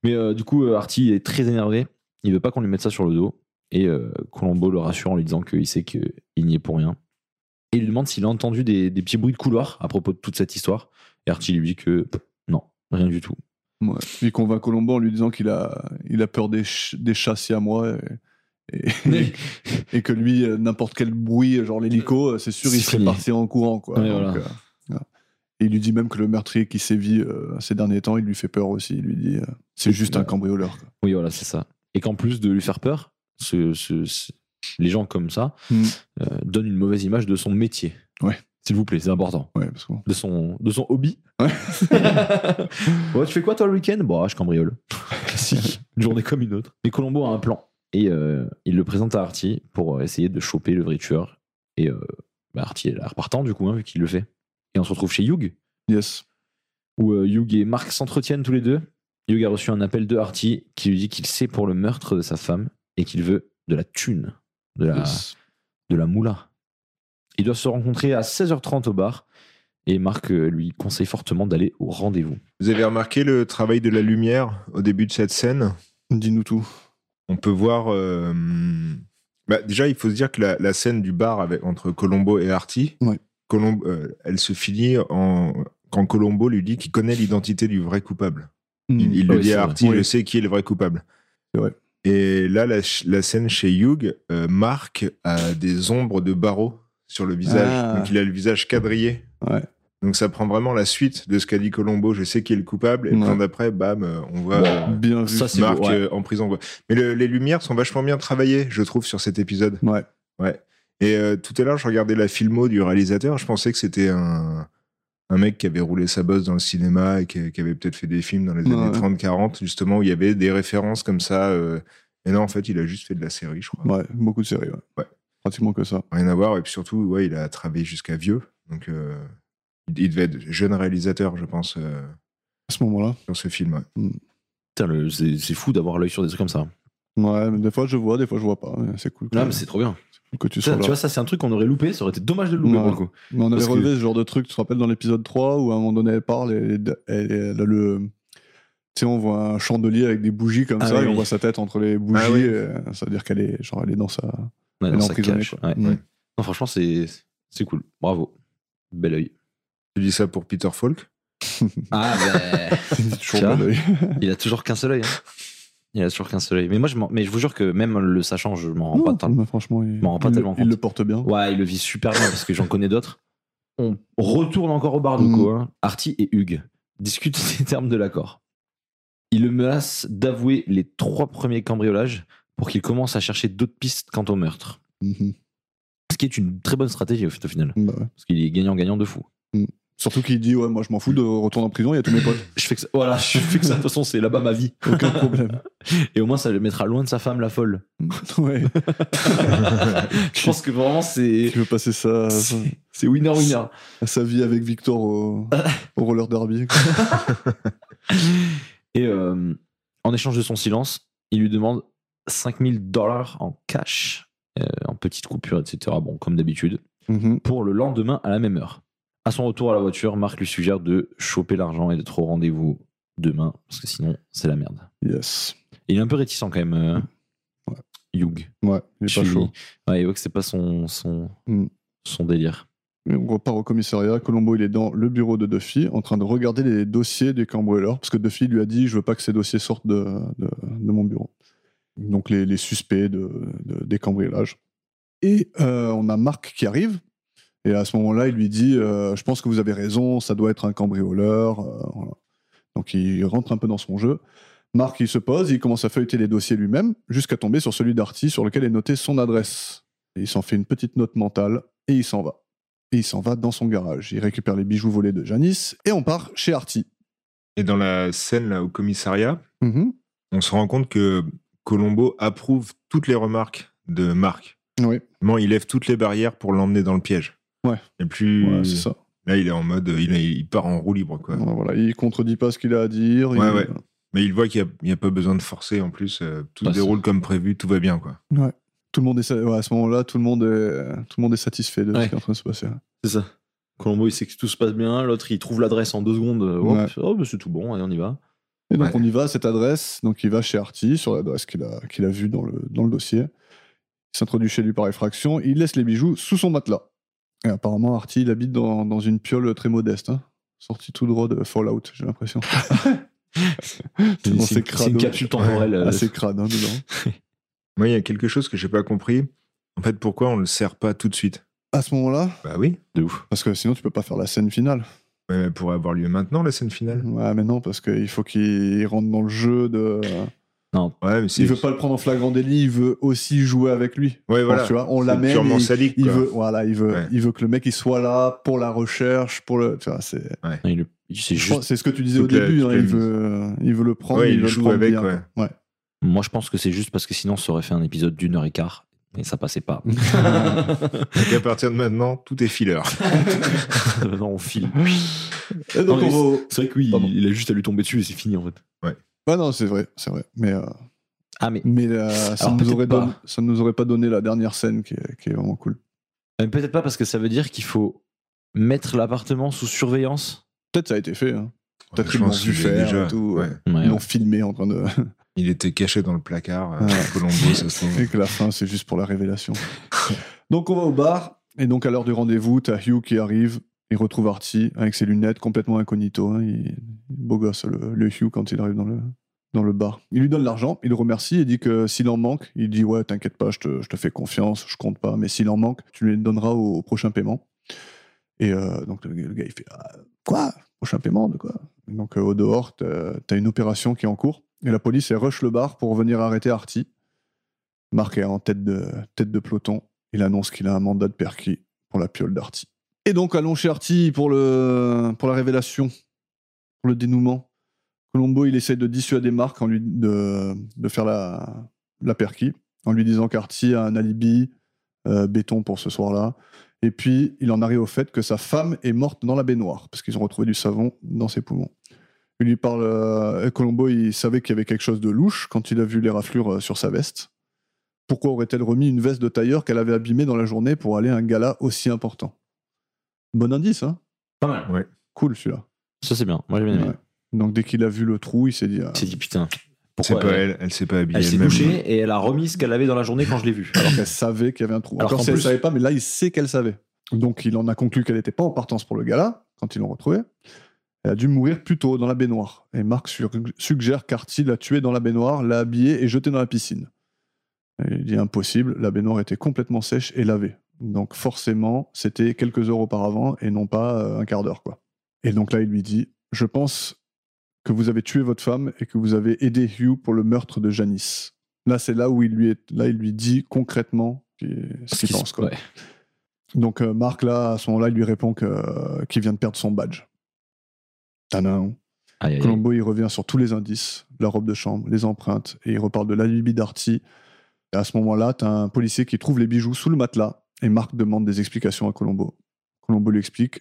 Mais euh, du coup, euh, Artie est très énervé. Il veut pas qu'on lui mette ça sur le dos. Et euh, Colombo le rassure en lui disant qu'il sait qu'il n'y est pour rien. Et il lui demande s'il a entendu des, des petits bruits de couloir à propos de toute cette histoire. Et Artie lui dit que pff, non, rien du tout. Ouais. Il convainc Colombo en lui disant qu'il a, il a peur des, ch- des chats si à moi. Et, et- Mais- et que lui, euh, n'importe quel bruit, genre l'hélico, euh, c'est sûr, C'est il serait fini. parti en courant. Quoi. Ouais, Donc, voilà. euh, voilà. Et il lui dit même que le meurtrier qui sévit euh, ces derniers temps, il lui fait peur aussi. Il lui dit euh, c'est juste un cambrioleur. quoi. Oui, voilà, c'est ça. Et qu'en plus de lui faire peur, ce- ce- ce- les gens comme ça Mm. euh, donnent une mauvaise image de son métier. Ouais. S'il vous plaît, c'est important. Ouais, parce que bon. De son, de son hobby. Ouais. Ouais, tu fais quoi toi le week-end Bon, ah, je cambriole. Classique. Une journée comme une autre. Mais Colombo a un plan. Et euh, il le présente à Artie pour euh, essayer de choper le vrai tueur. Et euh, bah, Artie est là repartant, du coup, hein, vu qu'il le fait. Et on se retrouve chez Hugh Yes. où euh, Hugh et Mark s'entretiennent tous les deux. Hugh a reçu un appel de Artie qui lui dit qu'il sait pour le meurtre de sa femme et qu'il veut de la thune, de la, Yes. de la moula. Ils doivent se rencontrer à 16h30 au bar et Mark euh, lui conseille fortement d'aller au rendez-vous. Vous avez remarqué le travail de la lumière au début de cette scène Dis-nous tout. On peut voir. euh, bah, déjà, il faut se dire que la, la scène du bar avec, entre Colombo et Artie, Ouais. Colom- euh, elle se finit en, quand Colombo lui dit qu'il connaît l'identité du vrai coupable. Il, il Ah le oui, dit c'est à vrai. Artie, Mm. Oui. je sais qui est le vrai coupable. C'est vrai. Et là, la, ch- la scène chez Hugh, euh, Marc a des ombres de barreaux sur le visage. Ah. Donc, il a le visage quadrillé. Ouais. Donc, ça prend vraiment la suite de ce qu'a dit Colombo. Je sais qui est le coupable. Et Ouais. plein d'après, bam, euh, on voit euh, Bien vu. Ça, c'est Marc beau, ouais. euh, en prison. quoi. Mais le- les lumières sont vachement bien travaillées, je trouve, sur cet épisode. Ouais. Ouais. Et euh, tout à l'heure, je regardais la filmo du réalisateur. Je pensais que c'était un, un mec qui avait roulé sa bosse dans le cinéma et qui, qui avait peut-être fait des films dans les Ouais, années ouais. 30-40, justement, où il y avait des références comme ça. euh. Et non, en fait, il a juste fait de la série, je crois. Ouais, beaucoup de séries. Ouais. Ouais. Pratiquement que ça. Rien à voir. Et puis surtout, ouais, il a travaillé jusqu'à vieux. Donc, euh, il il devait être jeune réalisateur, je pense, euh, À ce moment-là. sur ce film. ouais. Putain, le- c'est c'est fou d'avoir l'œil sur des trucs comme ça. Ouais, mais des fois je vois, des fois je vois pas. mais C'est cool. que- Là, mais c'est trop bien. que tu Ça, sois là. tu vois, ça, c'est un truc qu'on aurait loupé. Ça aurait été dommage de le louper Ouais. pour le coup. Mais on avait Parce que- relevé ce genre de truc, tu te rappelles, dans l'épisode 3, où à un moment donné, elle parle et, et- et elle a le... Tu sais, on voit un chandelier avec des bougies comme Ah ça, oui, et on oui. voit sa tête entre les bougies. oui. et, euh, ça veut dire qu'elle est, genre, elle est dans sa... Elle Ouais, est dans sa emprisonnée, cage. quoi. Ouais. Mm. Ouais. Non, franchement, c'est c'est cool. Bravo. Bel œil. Tu dis ça pour Peter Falk Ah, ben. Il dit toujours Tiens. bel oeil. Il a toujours qu'un seul œil. hein. Il a toujours qu'un seul œil. Mais moi, je, m'en- mais je vous jure que même le sachant, je m'en rends Non, pas tellement. mais franchement, il, Je m'en rends pas il- tellement il compte. le porte bien. Ouais, il le vit super bien parce que j'en connais d'autres. On retourne encore au bar de Mm. co, hein. Artie et Hugues discutent des termes de l'accord. Il le menace d'avouer les trois premiers cambriolages pour qu'il commence à chercher d'autres pistes quant au meurtre. Mhm. Ce qui est une très bonne stratégie au fait, au final. Bah ouais. Parce qu'il est gagnant-gagnant de fou. Surtout qu'il dit, ouais, moi je m'en fous de retourner en prison, il y a tous mes potes. Je fais que ça, voilà, je fais que ça, de toute façon, c'est là-bas ma vie. Aucun problème. Et au moins, ça le mettra loin de sa femme, la folle. Ouais. je pense que vraiment, c'est. Il veut passer ça C'est c'est winner-winner. sa vie avec Victor au, au roller derby. Et euh, en échange de son silence, il lui demande 5000 dollars en cash, euh, en petite coupure, etc. Bon, comme d'habitude, Mhm. pour le lendemain à la même heure. À son retour à la voiture, Marc lui suggère de choper l'argent et d'être au rendez-vous demain, parce que sinon, c'est la merde. Yes. Il est un peu réticent quand même, euh, Hugh. Ouais, il est pas Je suis- chaud. Ouais, il voit que c'est pas son, son, Mm. son délire. Et on repart au commissariat. Colombo, il est dans le bureau de Duffy, en train de regarder les dossiers des cambrioleurs, parce que Duffy lui a dit Je veux pas que ces dossiers sortent de, de- de mon bureau. Donc, les, les suspects de, de- des cambriolages. Et euh, on a Marc qui arrive. Et à ce moment-là, il lui dit euh, Je pense que vous avez raison, ça doit être un cambrioleur. euh, voilà. Donc, il rentre un peu dans son jeu. Marc, il se pose, il commence à feuilleter les dossiers lui-même, jusqu'à tomber sur celui d'Arty, sur lequel est notée son adresse. Et il s'en fait une petite note mentale et il s'en va. Et il s'en va dans son garage. Il récupère les bijoux volés de Janice et on part chez Arty. Et dans la scène là, au commissariat, Mm-hmm. on se rend compte que Colombo approuve toutes les remarques de Marc. Oui, Bon, il lève toutes les barrières pour l'emmener dans le piège. Ouais. Et plus. ouais, c'est ça. Là, il est en mode. Il, est- il part en roue libre, quoi. Voilà, voilà. Il contredit pas ce qu'il a à dire. Ouais, il- ouais. Mais il voit qu'il n'y a, pas besoin de forcer en plus. euh, tout Bah, se déroule comme prévu, tout va bien, quoi. Tout le monde est, sa- ouais, à ce moment-là, tout, le monde est... tout le monde est satisfait de Ouais. ce qui est en train de se passer. C'est ça. Colombo, il sait que tout se passe bien. L'autre, il trouve l'adresse en deux secondes. Hop, Ouais. Oh, bah, c'est tout bon, allez, on y va. Et donc Ouais. on y va à cette adresse. Donc il va chez Arty sur l'adresse qu'il a, qu'il a vue dans le, dans le dossier. Il s'introduit chez lui par effraction. Il laisse les bijoux sous son matelas. Et apparemment, Arty, il habite dans, dans une piole très modeste. hein. Sorti tout droit de Fallout, j'ai l'impression. C'est dans ses c'est- c'est une crados. capsule temporelle. euh, Assez crade, hein, dedans. Moi, il y a quelque chose que j'ai pas compris. En fait, pourquoi on le sert pas tout de suite À ce moment-là, Bah oui. de ouf. Parce que sinon, tu peux pas faire la scène finale. Ouais, mais pourrait avoir lieu maintenant, la scène finale. Ouais, mais non, parce qu'il faut qu'il rentre dans le jeu de. Ouais, mais c'est. Il veut pas le prendre en flagrant délit, il veut aussi jouer avec lui. Ouais, voilà. Enfin, tu vois, on C'est l'amène. purement Il, sadique, il quoi. veut, voilà, il veut, Ouais. il veut que le mec il soit là pour la recherche, pour le. Tu vois, c'est. Non, il le- il- c'est je juste- crois que C'est ce que tu disais au toute la- début. toute hein, la il mise. veut, il veut le prendre. Ouais, il veut le joue prendre avec, bien, ouais. quoi. Moi, je pense que c'est juste parce que sinon, ça aurait fait un épisode d'une heure et quart. Et ça passait pas. Donc, à partir de maintenant, tout est fileur. non, on file. Et donc, Non, mais on va- C'est vrai que oui, Pardon. il, il a juste à lui tomber dessus et c'est fini en fait. Ouais, non, c'est vrai, c'est vrai. Mais, euh, Ah, mais, mais euh, ça, Alors, nous aurait peut-être pas. donné- ça nous aurait pas donné la dernière scène qui est, qui est vraiment cool. mais peut-être pas parce que ça veut dire qu'il faut mettre l'appartement sous surveillance. Peut-être ça a été fait. hein. Peut-être Je qu'ils l'ont pense vu qu'il est faire déjà- et tout. ouais. Ouais, Ils l'ont ouais. filmé en train de. Il était caché dans le placard. euh, Ouais. Colombo, ça se trouve. Et que la fin, c'est juste pour la révélation. donc, on va au bar. Et donc, à l'heure du rendez-vous, t'as Hugh qui arrive. Il retrouve Artie avec ses lunettes, complètement incognito. hein. Il... Beau gosse, le, le Hugh, quand il arrive dans le, dans le bar. Il lui donne l'argent, il le remercie et dit que s'il en manque, il dit Ouais, t'inquiète pas, je te, je te fais confiance, je compte pas, mais s'il en manque, tu lui le donneras au, au prochain paiement. Et euh, donc, le, le gars, il fait Ah, Quoi Prochain paiement de quoi Et Donc, euh, au dehors, t'as t'as une opération qui est en cours. Et la police, elle rush le bar pour venir arrêter Artie. Marc est en tête de, tête de peloton. Il annonce qu'il a un mandat de perquis pour la piole d'Arty. Et donc, allons chez Arty pour, le, pour la révélation, pour le dénouement. Colombo, il essaie de dissuader Marc en lui de, de faire la, la perquis, en lui disant qu'Arty a un alibi euh, béton pour ce soir-là. Et puis, il en arrive au fait que sa femme est morte dans la baignoire, parce qu'ils ont retrouvé du savon dans ses poumons. Il lui parle. euh, Colombo, il savait qu'il y avait quelque chose de louche quand il a vu les raflures euh, sur sa veste. Pourquoi aurait-elle remis une veste de tailleur qu'elle avait abîmée dans la journée pour aller à un gala aussi important Bon indice, hein Pas mal. Mmh. Cool celui-là. Ça, c'est bien. Moi, j'ai bien aimé. Ouais. Donc dès qu'il a vu le trou, il s'est dit. ah, Il s'est dit putain. C'est Pourquoi pas elle, elle, elle s'est pas habillée. elle s'est elle-même. douchée et elle a remis ce qu'elle avait dans la journée quand je l'ai vue. alors qu'elle savait qu'il y avait un trou. Alors Encore qu'en si elle plus- savait pas, mais là, il sait qu'elle savait. Donc, il en a conclu qu'elle n'était pas en partance pour le gala, quand ils l'ont retrouvée. Elle a dû mourir plus tôt dans la baignoire. Et Marc sur- suggère qu'Arty l'a tuée dans la baignoire, l'a habillée et jetée dans la piscine. Et il dit impossible, la baignoire était complètement sèche et lavée. Donc, forcément, c'était quelques heures auparavant et non pas euh, un quart d'heure, quoi. Et donc là, il lui dit Je pense que vous avez tué votre femme et que vous avez aidé Hugh pour le meurtre de Janice. Là, c'est là où il lui, est, là, il lui dit concrètement qui- ce qu'il qu'il se- pense. Quoi. ouais. Donc euh, Marc, là, à ce moment-là, il lui répond que, euh, qu'il vient de perdre son badge. Tanan. Aïe, aïe, aïe. Colombo, il revient sur tous les indices, la robe de chambre, les empreintes, et il reparle de l'alibi d'Arty. Et à ce moment-là, t'as un policier qui trouve les bijoux sous le matelas, et Marc demande des explications à Colombo. Colombo lui explique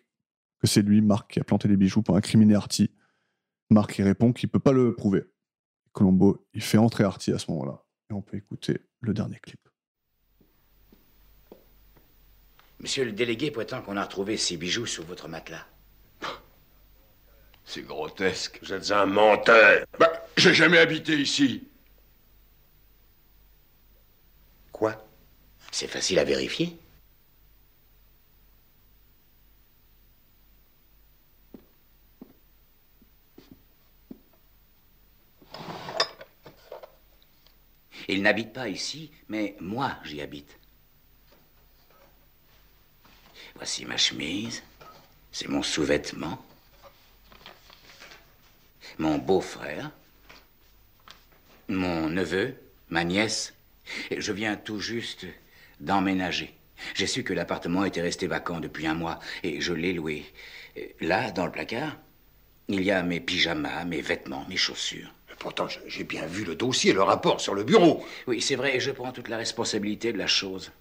que c'est lui, Marc, qui a planté les bijoux pour incriminer Arty. Marc, il répond qu'il peut pas le prouver. Colombo, il fait entrer Arty à ce moment-là, et on peut écouter le dernier clip. Monsieur le délégué prétend qu'on a retrouvé ces bijoux sous votre matelas. C'est grotesque. Vous êtes un menteur. Bah, j'ai jamais habité ici. Quoi C'est facile à vérifier. Il n'habite pas ici, mais moi j'y habite. Voici ma chemise. C'est mon sous-vêtement. Mon beau-frère. Mon neveu, ma nièce. Et Je viens tout juste d'emménager. J'ai su que l'appartement était resté vacant depuis un mois et je l'ai loué. Et Là, dans le placard, il y a mes pyjamas, mes vêtements, mes chaussures. Mais Pourtant, je- j'ai bien vu le dossier, le rapport sur le bureau. Oui, c'est vrai, et je prends toute la responsabilité de la chose.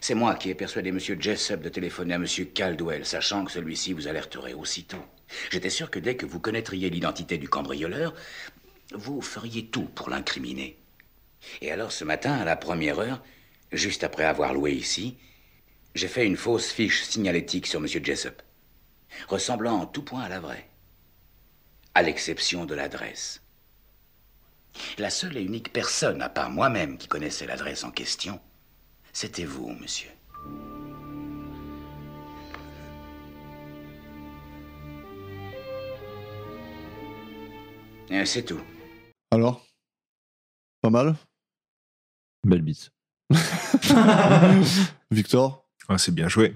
C'est moi qui ai persuadé M. Jessup de téléphoner à M. Caldwell, sachant que celui-ci vous alerterait aussitôt. J'étais sûr que dès que vous connaîtriez l'identité du cambrioleur, vous feriez tout pour l'incriminer. Et alors ce matin, à la première heure, juste après avoir loué ici, j'ai fait une fausse fiche signalétique sur M. Jessup, ressemblant en tout point à la vraie, à l'exception de l'adresse. La seule et unique personne, à part moi-même, qui connaissait l'adresse en question, c'était vous, monsieur. Euh, C'est tout. Alors Pas mal Belle bite. Victor Ah, c'est bien joué.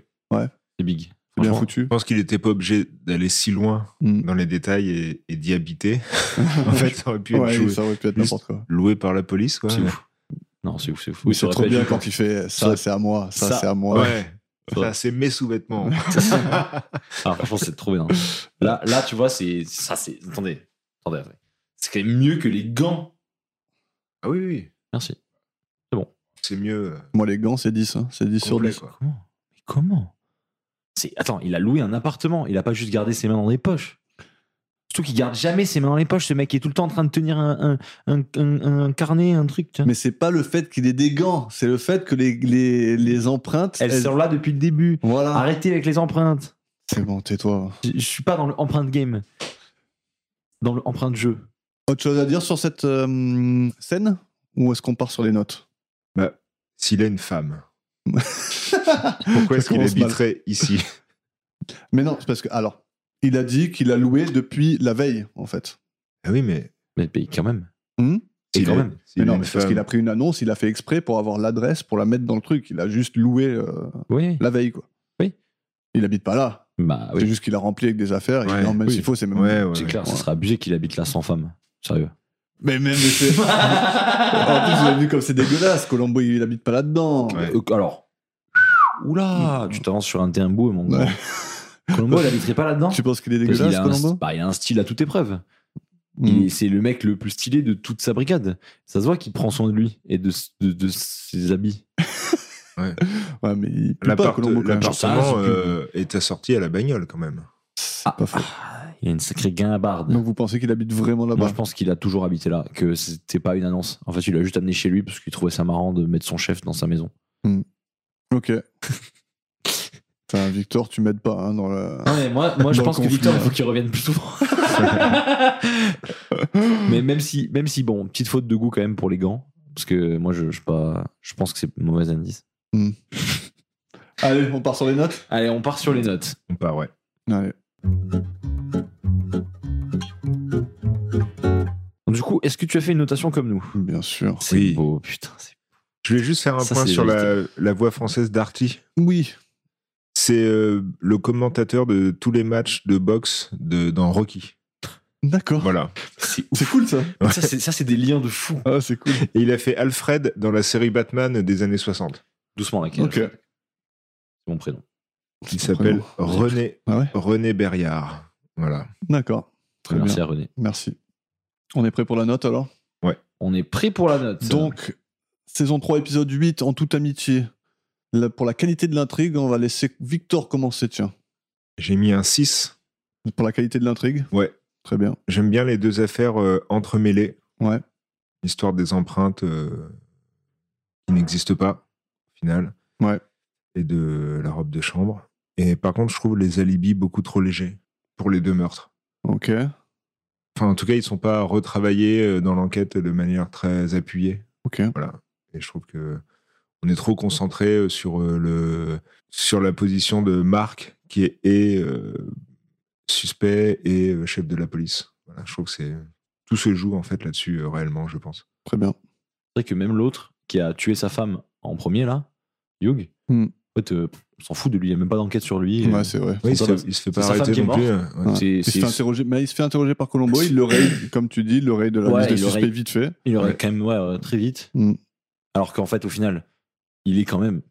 C'est big. c'est Bien Franchement, Je foutu pense qu'il n'était pas obligé d'aller si loin Mm. dans les détails et, et d'y habiter. en fait, ça aurait pu être Ouais, joué- ça aurait pu être Juste- n'importe quoi. loué par la police, quoi. C'est ouf. Non, c'est ouf, c'est ouf. Oui, Oui, c'est ça trop aurait bien pas quand dû- il fait ça, Ça- c'est à moi, ça, ça- c'est à moi. Ouais. Ouais. Ça, c'est mes sous-vêtements. Ah, franchement, c'est trop bien. Là, là, tu vois, c'est ça, c'est. Attendez, attendez, attendez. C'est quand même mieux que les gants. ah oui, oui. Merci. C'est mieux. euh, Moi, les gants, c'est 10, hein, c'est 10 sur complet, 10. quoi. Comment Mais comment C'est attends, il a loué un appartement. Il a pas juste gardé ses mains dans les poches. Surtout qu'il garde jamais ses mains dans les poches. Ce mec est tout le temps en train de tenir un, un, un- un- un carnet, un truc. tiens. Mais c'est pas le fait qu'il ait des gants, c'est le fait que les, les, les empreintes. Elles elles- sont là depuis le début. Voilà. Arrêtez avec les empreintes. C'est bon, tais-toi. Je, je suis pas dans le empreinte game. Dans le empreinte jeu. Autre chose à dire sur cette euh, scène Ou est-ce qu'on part sur les notes S'il a une femme, pourquoi est-ce qu'il commence mal. habiterait ici Mais non, c'est parce que. Alors, il a dit qu'il a loué depuis la veille, en fait. Ah oui, mais. Mais mais quand même. Hmm Et s'il quand a- même. s'il mais a non, une mais c'est parce femme- qu'il a pris une annonce, il a fait exprès pour avoir l'adresse, pour la mettre dans le truc. Il a juste loué euh, Oui. la veille, quoi. Oui. Il habite pas là. Bah C'est oui. juste qu'il a rempli avec des affaires. Ouais, et non, même oui. s'il faut, c'est même. Ouais, ouais. C'est ouais. clair, ce serait abusé qu'il habite là sans femme. Sérieux. Mais même. c'est- en plus, vous avez vu comme c'est dégueulasse. Colombo, il habite pas là-dedans. Ouais. Euh, alors. Oula, Ah, tu t'avances sur un terrain beau, mon gars. Hmm. Ouais. Colombo, il habiterait pas là-dedans Tu penses qu'il est il, dégueulasse, a un, Colombo bah, il a un style à toute épreuve. Mm. Et C'est le mec le plus stylé de toute sa brigade. Ça se voit qu'il prend soin de lui et de, de- de ses habits. Ouais, mais il pue pas, L'appart- Colombo, quand même. L'appartement Ah, c'est plus- euh, est assorti à la bagnole, quand même. C'est pas faux. Il a une sacrée guimbarde. Donc, vous pensez qu'il habite vraiment Moi, là-bas je pense qu'il a toujours habité là, que c'était pas une annonce. En fait, il l'a juste amené chez lui parce qu'il trouvait ça marrant de mettre son chef dans sa maison. Ok. Putain, Victor, tu m'aides pas hein, dans la. Non, mais moi, moi je Dans le pense que conflit, Victor, ouais. il faut qu'il revienne plus souvent. mais même si, même si, bon, petite faute de goût quand même pour les gants. Parce que moi, je, je, sais pas, je pense que c'est mauvais indice. Allez, on part sur les notes Allez, on part sur les notes. On part, ouais. Allez. Donc, du coup, est-ce que tu as fait une notation comme nous Bien sûr. C'est Oui. beau, putain. c'est- Je voulais juste faire un Ça, point c'est sur la, la voix française d'Arty. Oui. C'est euh, le commentateur de tous les matchs de boxe de, dans Rocky. D'accord. Voilà. C'est C'est cool ça. ouf. Ça, c'est- Ça, c'est des liens de fou. Ah, c'est cool. Et il a fait Alfred dans la série Batman des années 60. Doucement, la cage. Ok. mon prénom. qui s'appelle René, Ah ouais René Berriard. Voilà. D'accord. Très Merci bien. à René. Merci. On est prêt pour la note alors On est prêt pour la note. Donc, saison 3, épisode 8, en toute amitié. Là, pour la qualité de l'intrigue, on va laisser Victor commencer, tiens. J'ai mis un 6. Pour la qualité de l'intrigue Ouais. Très bien. J'aime bien les deux affaires euh, entremêlées. Ouais. L'histoire des empreintes euh, qui n'existent pas, au final. Ouais. Et de la robe de chambre. Et par contre, je trouve les alibis beaucoup trop légers pour les deux meurtres. Ok. Enfin, en tout cas, ils sont pas retravaillés euh, dans l'enquête de manière très appuyée. Ok. Et je trouve que on est trop concentré euh, sur euh, le sur la position de Marc qui est et, euh, suspect et euh, chef de la police. Voilà, je trouve que c'est tout se joue en fait là-dessus euh, réellement, je pense. Très bien. C'est vrai que même l'autre qui a tué sa femme en premier, là, Hugh, Hmm. en fait, euh, on s'en fout de lui, il n'y a même pas d'enquête sur lui. Ouais, euh, c'est vrai. Oui, il Son se, fait, Thomas- il se fait pas c'est sa femme arrêter qui est non morte. plus. euh, ouais. c'est- Il se, c'est- fait interroger, mais il se fait interroger par Colombo. Il le raye, comme tu dis, le raye de la Ouais, liste de il le raye. suspects vite fait. il aurait Ouais. quand même ouais, euh, très vite. Hmm. Alors qu'en fait, au final, il est quand même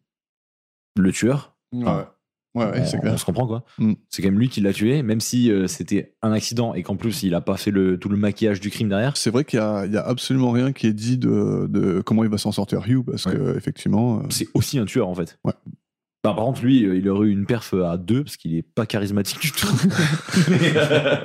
le tueur. Ouais, Ah. ouais, ouais, on, c'est on clair. se comprend quoi. Mm. C'est quand même lui qui l'a tué, même si euh, c'était un accident et qu'en plus il a pas fait le, tout le maquillage du crime derrière. C'est vrai qu'il y a, il y a absolument rien qui est dit de, de comment il va s'en sortir, Hugh, parce Ouais. que effectivement, euh, C'est aussi un tueur en fait. Ouais. Bah, par contre, lui, euh, il aurait eu une perf à deux parce qu'il est pas charismatique du tout. mais, euh,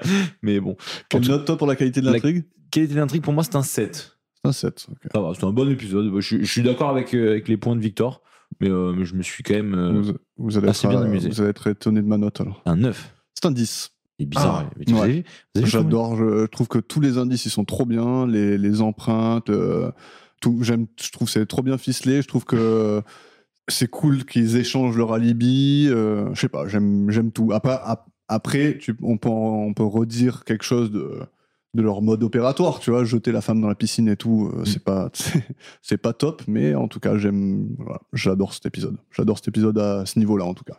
mais bon. En quelle tout- note toi pour la qualité de La- l'intrigue Quelle était l'intrigue Pour moi, c'est un 7. C'est un 7. ok. Ça va, c'est un bon épisode. Bah, Je, suis- je suis d'accord avec, euh, avec les points de Victor, mais euh, mais je me suis quand même. euh, vous, vous allez être, assez bien euh, amusé. vous allez être étonné de ma note alors. un 9. C'est un 10. C'est bizarre. Ah, mais tu ouais. l'as vu Vous avez vu comment- J'adore, je, je trouve que tous les indices ils sont trop bien, les, les empreintes, euh, tout, j'aime, je trouve que c'est trop bien ficelé, je trouve que c'est cool qu'ils échangent leur alibi, euh, je sais pas, j'aime, j'aime tout. Après, ap- après tu- on, peut, en- on peut redire quelque chose de, de leur mode opératoire, tu vois, jeter la femme dans la piscine et tout, euh, c'est, pas, c'est, c'est pas top, mais en tout cas j'aime, voilà, j'adore cet épisode, j'adore cet épisode à ce niveau-là en tout cas.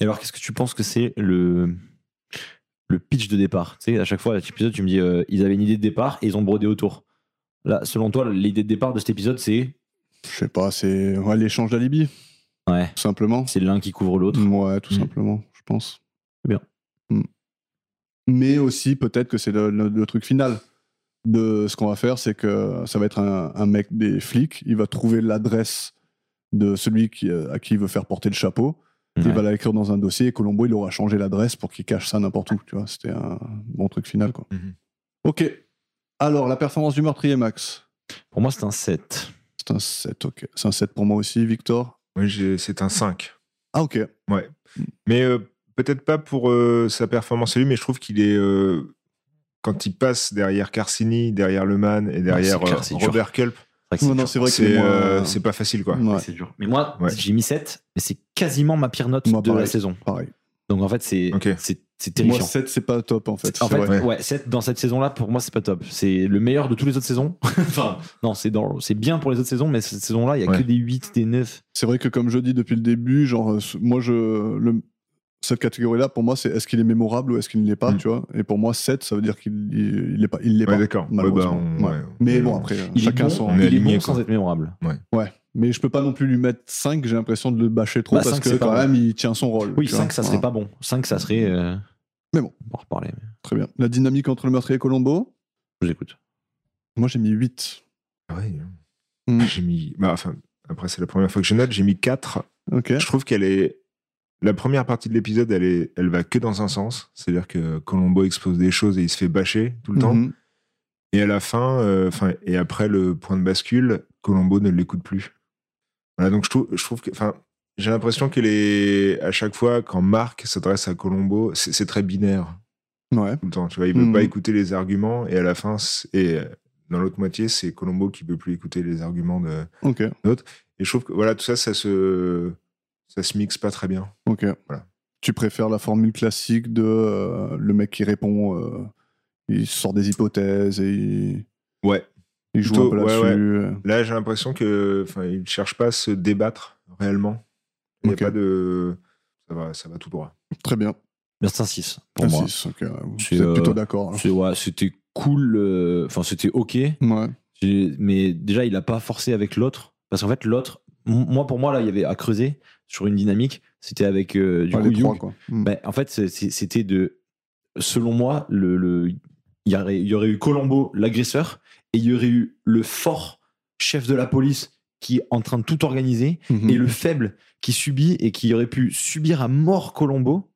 Et alors, qu'est-ce que tu penses que c'est le, le pitch de départ Tu sais, à chaque fois, à cet épisode, tu me dis, euh, ils avaient une idée de départ et ils ont brodé autour. Là, selon toi, l'idée de départ de cet épisode, c'est Je sais pas, c'est ouais, l'échange d'alibi, ouais, tout simplement. c'est l'un qui couvre l'autre. Ouais, tout Mm. simplement, je pense. Très bien. Mm. Mais aussi, peut-être que c'est le, le- le truc final de ce qu'on va faire, c'est que ça va être un, un mec des flics, il va trouver l'adresse de celui qui, euh, à qui il veut faire porter le chapeau, il Ouais. va l'écrire dans un dossier, et Colombo, il aura changé l'adresse pour qu'il cache ça n'importe où, tu vois, c'était un bon truc final, quoi. Mm-hmm. Mhm. Ok, alors, la performance du meurtrier, Max Pour moi, c'est un 7. C'est un 7, ok. C'est un 7 pour moi aussi, Victor Moi, j'ai- c'est un 5. Ah, ok, Mais euh, peut-être pas pour euh, sa performance à lui, mais je trouve qu'il est euh, quand il passe derrière Carcini, derrière Leman et derrière c'est clair, euh, c'est dur. Robert Culp, C'est vrai que Non, non, dur. c'est vrai que c'est c'est moins- euh, c'est pas facile quoi. Ouais, C'est dur. Mais moi, Ouais. j'ai mis 7, mais c'est quasiment ma pire note Moi, de la pareil. saison. pareil. Donc en fait, c'est Ok. c'est c'est Moi, terrifiant. 7, c'est pas top, en fait. en c'est fait, vrai. vrai. ouais, sept dans cette saison-là, pour moi, c'est pas top. C'est le meilleur de toutes les autres saisons. enfin, non, c'est dans- c'est bien pour les autres saisons, mais cette saison-là, il y a Ouais. que des 8, des 9. C'est vrai que comme je dis depuis le début, genre euh, ce- moi je le- cette catégorie là pour moi c'est est-ce qu'il est mémorable ou est-ce qu'il ne l'est pas, Mm. tu vois Et pour moi 7 ça veut dire qu'il il, il est pas il l'est Ouais, pas. d'accord. Ouais, malheureusement. bah, on- Ouais. ouais. Mais On- bon après euh, Il est chacun bon, son on il est est bon aligné, sans quoi. être mémorable. ouais. Mais je peux pas non plus lui mettre 5, j'ai l'impression de le bâcher trop Bah, parce cinq, que c'est pas quand bon. même il tient son rôle. Oui, tu 5, vois. ça serait Voilà. pas bon. 5, ça serait. euh, Mais bon. On va en reparler. mais Très bien. La dynamique entre le meurtrier et Colombo, Je vous écoute. moi j'ai mis 8. Ah Ouais. hein. Mm. J'ai mis. bah, enfin, après, c'est la première fois que je note. J'ai mis 4. OK. Je trouve qu'elle est. La première partie de l'épisode, elle, est... elle va que dans un sens. C'est-à-dire que Colombo expose des choses et il se fait bâcher tout le temps. Mhm. Et à la fin, euh, enfin, et après le point de bascule, Colombo ne l'écoute plus. Voilà, donc je trouve, je trouve que. Enfin, j'ai l'impression qu'elle est. À chaque fois, quand Marc s'adresse à Colombo, c'est c'est très binaire Ouais. tout le temps. Tu vois, il veut Mhm. pas écouter les arguments et à la fin, c'est- et euh, dans l'autre moitié, c'est Colombo qui veut plus écouter les arguments de. OK. Et je trouve que voilà, tout ça, ça se, ça se mixe pas très bien. Ok. Voilà. Tu préfères la formule classique de euh, le mec qui répond, euh, il sort des hypothèses et il, Ouais. il joue Plutôt, un peu ouais, là-dessus. euh. Là, j'ai l'impression que, enfin, il cherche pas à se débattre réellement. Il n'y Ok. a pas de, ça va, ça va tout droit. Très bien. Mais C'est un 6 pour Un moi. Ah, six, ok. Vous C'est, êtes euh, plutôt d'accord. hein. alors. C'est- ouais, C'était cool. euh, Enfin, c'était OK. Ouais. J'ai- Mais déjà, il a pas forcé avec l'autre. Parce qu'en fait, l'autre, m- moi, pour moi, là, il y avait à creuser sur une dynamique. C'était avec euh, du Enfin, coup, les trois, Young. quoi. Mm. Ben, en fait, c'est- c'est- c'était de. Selon moi, le, le- il y aurait, il y aurait eu Colombo, l'agresseur, et il y aurait eu le fort chef de la police qui est en train de tout organiser, Mm. Mhm. et le faible qui subit et qui aurait pu subir à mort Colombo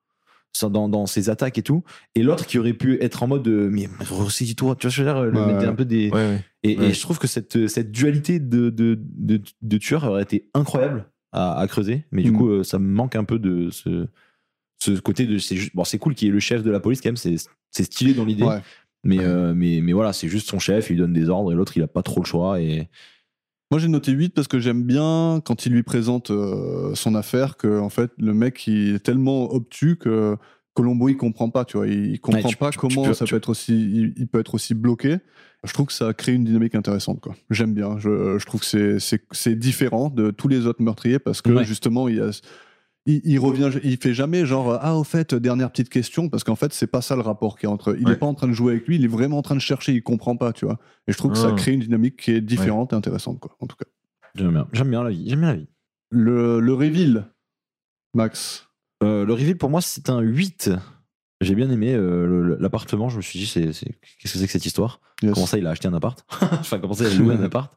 ça, dans, dans ses attaques et tout, et l'autre qui aurait pu être en mode euh, mais ressaisis-toi, tu vois, ce que je veux dire, euh, le- Ouais, le- ouais. un peu des. Ouais, ouais. Et, Ouais. et je trouve que cette, cette dualité de, de, de, de tueurs aurait été incroyable à, à creuser. Mais du Mm. Mhm. coup, euh, ça me manque un peu de ce, ce côté de. C'est juste, bon, c'est cool qu'il y ait le chef de la police quand même, c'est, c'est stylé dans l'idée. Ouais. Mais, euh, mais, mais voilà, c'est juste son chef, il lui donne des ordres et l'autre, il a pas trop le choix. Et... Moi j'ai noté 8 parce que j'aime bien quand il lui présente euh, son affaire que en fait le mec il est tellement obtus que Colombo il comprend pas, tu vois, il, il comprend Ouais, tu- pas tu- tu comment peux- ça tu- peut être aussi il, il peut être aussi bloqué. Je trouve que ça crée une dynamique intéressante quoi. J'aime bien, je, je trouve que c'est- c'est c'est différent de tous les autres meurtriers parce que Ouais. justement il y a il, il revient, il fait jamais genre ah au fait dernière petite question parce qu'en fait c'est pas ça le rapport qui est entre. Il Ouais. est pas en train de jouer avec lui, il est vraiment en train de chercher, il comprend pas, tu vois. Et je trouve que Ah. ça crée une dynamique qui est différente et intéressante quoi, en tout cas. J'aime bien, j'aime bien la vie. J'aime bien la vie. Le, le reveal, Max. Euh, le reveal pour moi, c'est un 8. J'ai bien aimé euh, le- le- l'appartement. Je me suis dit, c'est, c'est- qu'est-ce que c'est que cette histoire Yes. Comment ça, il a acheté un appart Enfin, comment ça, il a loué un appart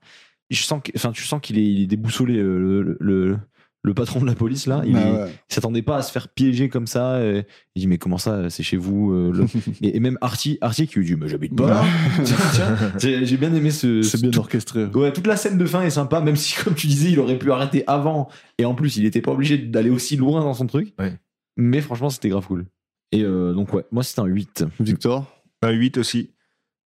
je sens que, enfin, Tu sens qu'il est, il est déboussolé, euh, le, le, le patron de la police, là. Il, Ah est- ouais. il s'attendait pas à se faire piéger comme ça. euh, il dit, mais comment ça, euh, c'est chez vous euh, le- et, et même Artie, Artie qui lui dit, mais j'habite pas. là. Tiens, tiens, j'ai, j'ai bien aimé ce. Bah, C'est bien tout- orchestré. Ouais, toute la scène de fin est sympa, même si, comme tu disais, il aurait pu arrêter avant. Et en plus, il n'était pas obligé d'aller aussi loin dans son truc. Ouais. Mais franchement, c'était grave cool. Et euh, donc, ouais, moi, c'était un 8. Victor Un 8 aussi.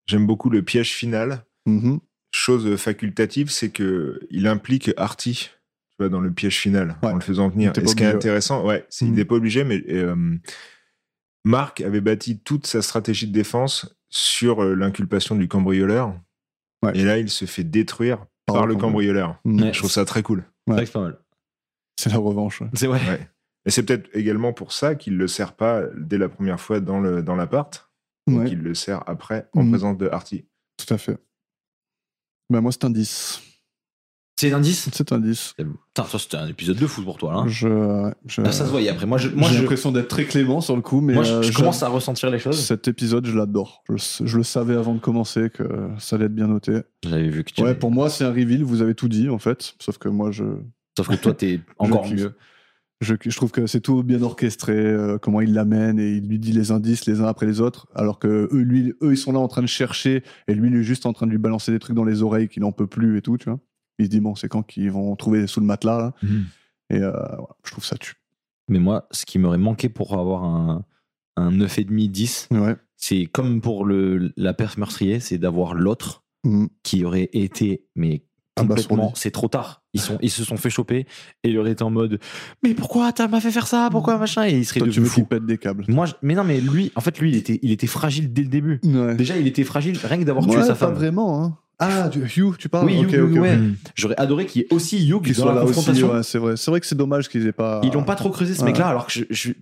J'aime beaucoup le piège final. Mhm. Chose facultative, c'est que il implique Artie tu vois, dans le piège final, Ouais. en le faisant venir. Il était Et pas ce qui est obligé. intéressant, ouais, c'est qu'il Mhm. n'est pas obligé, mais euh, Marc avait bâti toute sa stratégie de défense sur euh, l'inculpation du cambrioleur. Ouais. Et là, il se fait détruire par, le cambrioleur. Mhm. Je trouve ça très cool. C'est Ouais. vrai que C'est pas mal. C'est la revanche. ouais. C'est ouais. Et c'est peut-être également pour ça qu'il le sert pas dès la première fois dans le dans l'appart, mais Ouais, qu'il le sert après en Mhm. présence de Artie. Tout à fait. Bah, moi, c'est un 10. C'est un 10 C'est un 10. Putain, ça, c'était un épisode de fou pour toi, là. hein. Je, je- Là, ça se voyait. Après, moi, je, moi, j'ai je, l'impression d'être très clément sur le coup, mais moi, je- euh, je j'a- commence à ressentir les choses. cet épisode, je l'adore. Je, s- je le savais avant de commencer que ça allait être bien noté. J'avais vu que tu. Ouais, avais- pour moi, c'est un reveal. Vous avez tout dit, en fait. Sauf que moi, je, Sauf que toi, t'es encore kiffe. mieux. Je, je trouve que c'est tout bien orchestré, euh, comment il l'amène et il lui dit les indices les uns après les autres, alors que eux, lui, eux ils sont là en train de chercher et lui il est juste en train de lui balancer des trucs dans les oreilles qu'il en peut plus et tout, tu vois. Il se dit bon c'est quand qu'ils vont trouver sous le matelas là. Mhm. Et euh, voilà, je trouve ça tue. Mais moi, ce qui m'aurait manqué pour avoir un, un 9,5, 10, Ouais. c'est comme pour le, la perf meurtrier, c'est d'avoir l'autre Mhm. qui aurait été mais Ah bah, complètement sur c'est trop tard ils sont ils se sont fait choper et il aurait été en mode mais pourquoi t'as m'a fait faire ça pourquoi machin et il serait Mmh. Toi tu devenu veux qu'il fou pète des câbles. moi je- mais non mais lui en fait lui il était il était fragile dès le début Ouais. déjà il était fragile rien que d'avoir Ouais, tué sa pas femme vraiment. hein. Ah tu- Hugh tu parles. Oui, Ok, Hugh, ok, ok. ouais. Mhm. j'aurais adoré qu'il y ait aussi Hugh Qu'il dans soit la là aussi. confrontation ouais, c'est vrai. C'est vrai que c'est dommage qu'ils aient pas. ils l'ont pas trop creusé ce Ouais. mec là alors que je, je-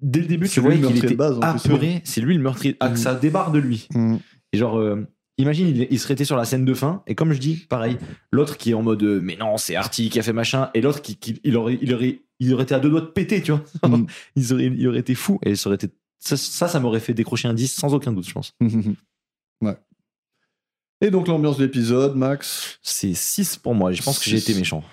dès le début C'est tu lui le voyais qu'il meurtrier de était base, en plus. Mmh. apeuré c'est lui le meurtrier ah, que ça débarre de lui Mhm. Et genre, euh, imagine, il, il serait été sur la scène de fin, et comme je dis, pareil, l'autre qui est en mode euh, mais non, c'est Artie qui a fait machin, et l'autre qui, qui- il, aurait, il, aurait, il aurait été à deux doigts de péter, tu vois. Mhm. il, aurait, il aurait été fou, et ça aurait été. Ça, ça, ça m'aurait fait décrocher un 10 sans aucun doute, je pense. ouais. Et donc l'ambiance de l'épisode, Max. C'est 6 pour moi, et je pense que j'ai été méchant.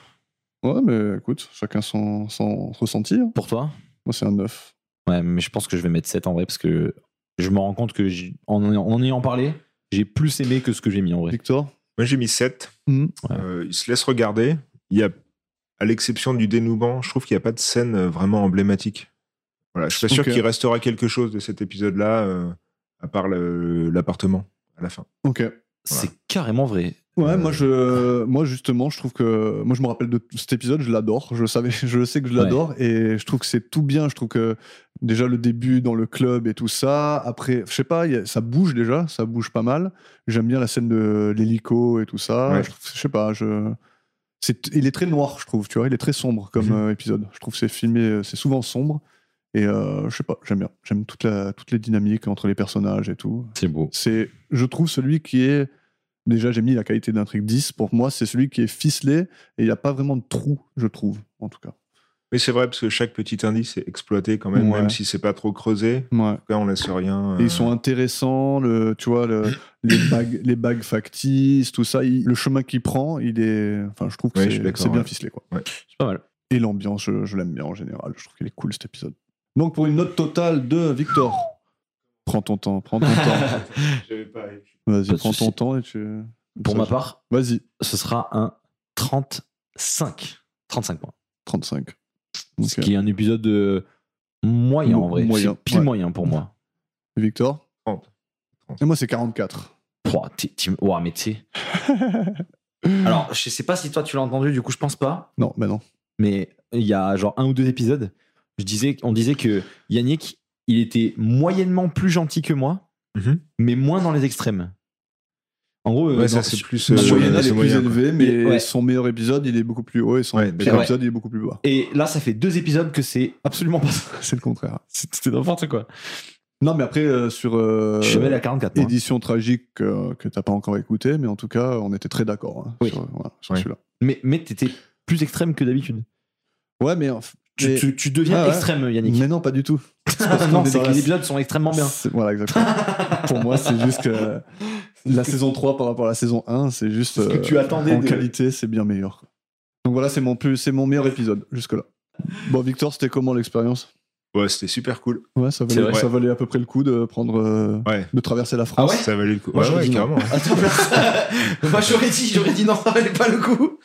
Ouais, mais écoute, chacun son, son ressenti. hein. Pour toi Moi, c'est un 9. Ouais, mais je pense que je vais mettre 7 en vrai, parce que je me rends compte que, j'ai- en, en ayant parlé, j'ai plus aimé que ce que j'ai mis en vrai. Victor Moi, j'ai mis 7. Mhm. Ouais. Euh, il se laisse regarder. Il y a, à l'exception du dénouement, je trouve qu'il n'y a pas de scène euh, vraiment emblématique. Voilà, je suis pas sûr Ok. qu'il restera quelque chose de cet épisode-là, euh, à part le- l'appartement à la fin. Ok. C'est carrément vrai. Ouais, Euh, moi, je, moi, justement, je trouve que. Moi, je me rappelle de tout cet épisode, je l'adore. Je le savais, je le sais que je l'adore. Et je trouve que c'est tout bien. Je trouve que déjà le début dans le club et tout ça. Après, je sais pas, il y a- ça bouge déjà, ça bouge pas mal. J'aime bien la scène de l'hélico et tout ça. Ouais. Je, trouve- je sais pas, je. c'est- il est très noir, je trouve, tu vois. Il est très sombre Mhm. comme euh, épisode. Je trouve que c'est filmé, euh, c'est souvent sombre. Et euh, je sais pas, j'aime bien. J'aime toute la, toutes les dynamiques entre les personnages et tout. C'est beau. C'est, je trouve, celui qui est. Déjà, j'ai mis la qualité de l'intrigue 10. Pour moi, c'est celui qui est ficelé et il n'y a pas vraiment de trou, je trouve, en tout cas. Mais c'est vrai, parce que chaque petit indice est exploité quand même, Ouais. même si c'est pas trop creusé. Ouais. En tout cas, on laisse rien. Et euh, ils sont intéressants, le, tu vois, le- les, bagues, les bagues factices, tout ça. il- le chemin qu'il prend, il est. Enfin, je trouve que Ouais, je suis c'est d'accord, c'est bien ouais. ficelé, quoi. C'est pas mal. Et l'ambiance, je, je l'aime bien en général. Je trouve qu'il est cool cet épisode. Donc, pour une note totale de Victor, prends ton temps, prends ton temps. Pas Vas-y, de prends ton souci. temps et tu. Pour Ça, ma je- part, Vas-y, ce sera un 35. 35 points. 35. Ok. Ce qui est un épisode euh, moyen Mo- en vrai. moyen, C'est pile ouais. moyen pour moi. Victor 30. 30. Et moi, c'est 44. Pouah, t'es- t'im- Ouah, mais tu sais. Alors, je sais pas si toi tu l'as entendu, du coup je pense pas. Non, bah non. Mais il y a genre un ou deux épisodes, je disais, on disait que Yannick, il était moyennement plus gentil que moi, Mhm. mais moins dans les extrêmes. En gros, euh, Ouais, ça dans- c'est sur- plus. Son euh, Bah, moyenne c'est est plus moyen, quoi. élevée, mais Ouais. son meilleur épisode, il est beaucoup plus haut et son Ouais, pire d'accord. épisode, il est beaucoup plus bas. Et là, ça fait deux épisodes que c'est absolument pas ça. C'est le contraire. C'était n'importe quoi. Non, mais après, euh, sur euh, Je vais à 44. moi. édition tragique euh, que, que t'as pas encore écouté, mais en tout cas, on était très d'accord hein, Oui. sur, voilà, sur Ouais. celui-là. Mais, mais t'étais plus extrême que d'habitude. Ouais, mais, en f- Tu, mais- tu- tu deviens Ah ouais. extrême, Yannick. mais non, pas du tout. Ah, non, qu'on est c'est dans que la- les épisodes sont extrêmement bien. C'est- Voilà, exactement. Pour moi, c'est juste que la saison 3 par rapport à la saison 1, c'est juste C'est ce que euh, tu attendais en de- qualité, c'est bien meilleur. quoi. Donc voilà, c'est mon plus, c'est mon meilleur épisode jusque là. Bon, Victor, c'était comment l'expérience Ouais, c'était super cool. Ouais, ça valait, vrai. ça valait à peu près le coup de prendre, euh, Ouais. de traverser Ah la France. Ça valait le coup. Moi, ouais, j'aurais ouais, dit non. carrément. hein. Attends, moi j'aurais dit, j'aurais dit non, ça valait pas le coup.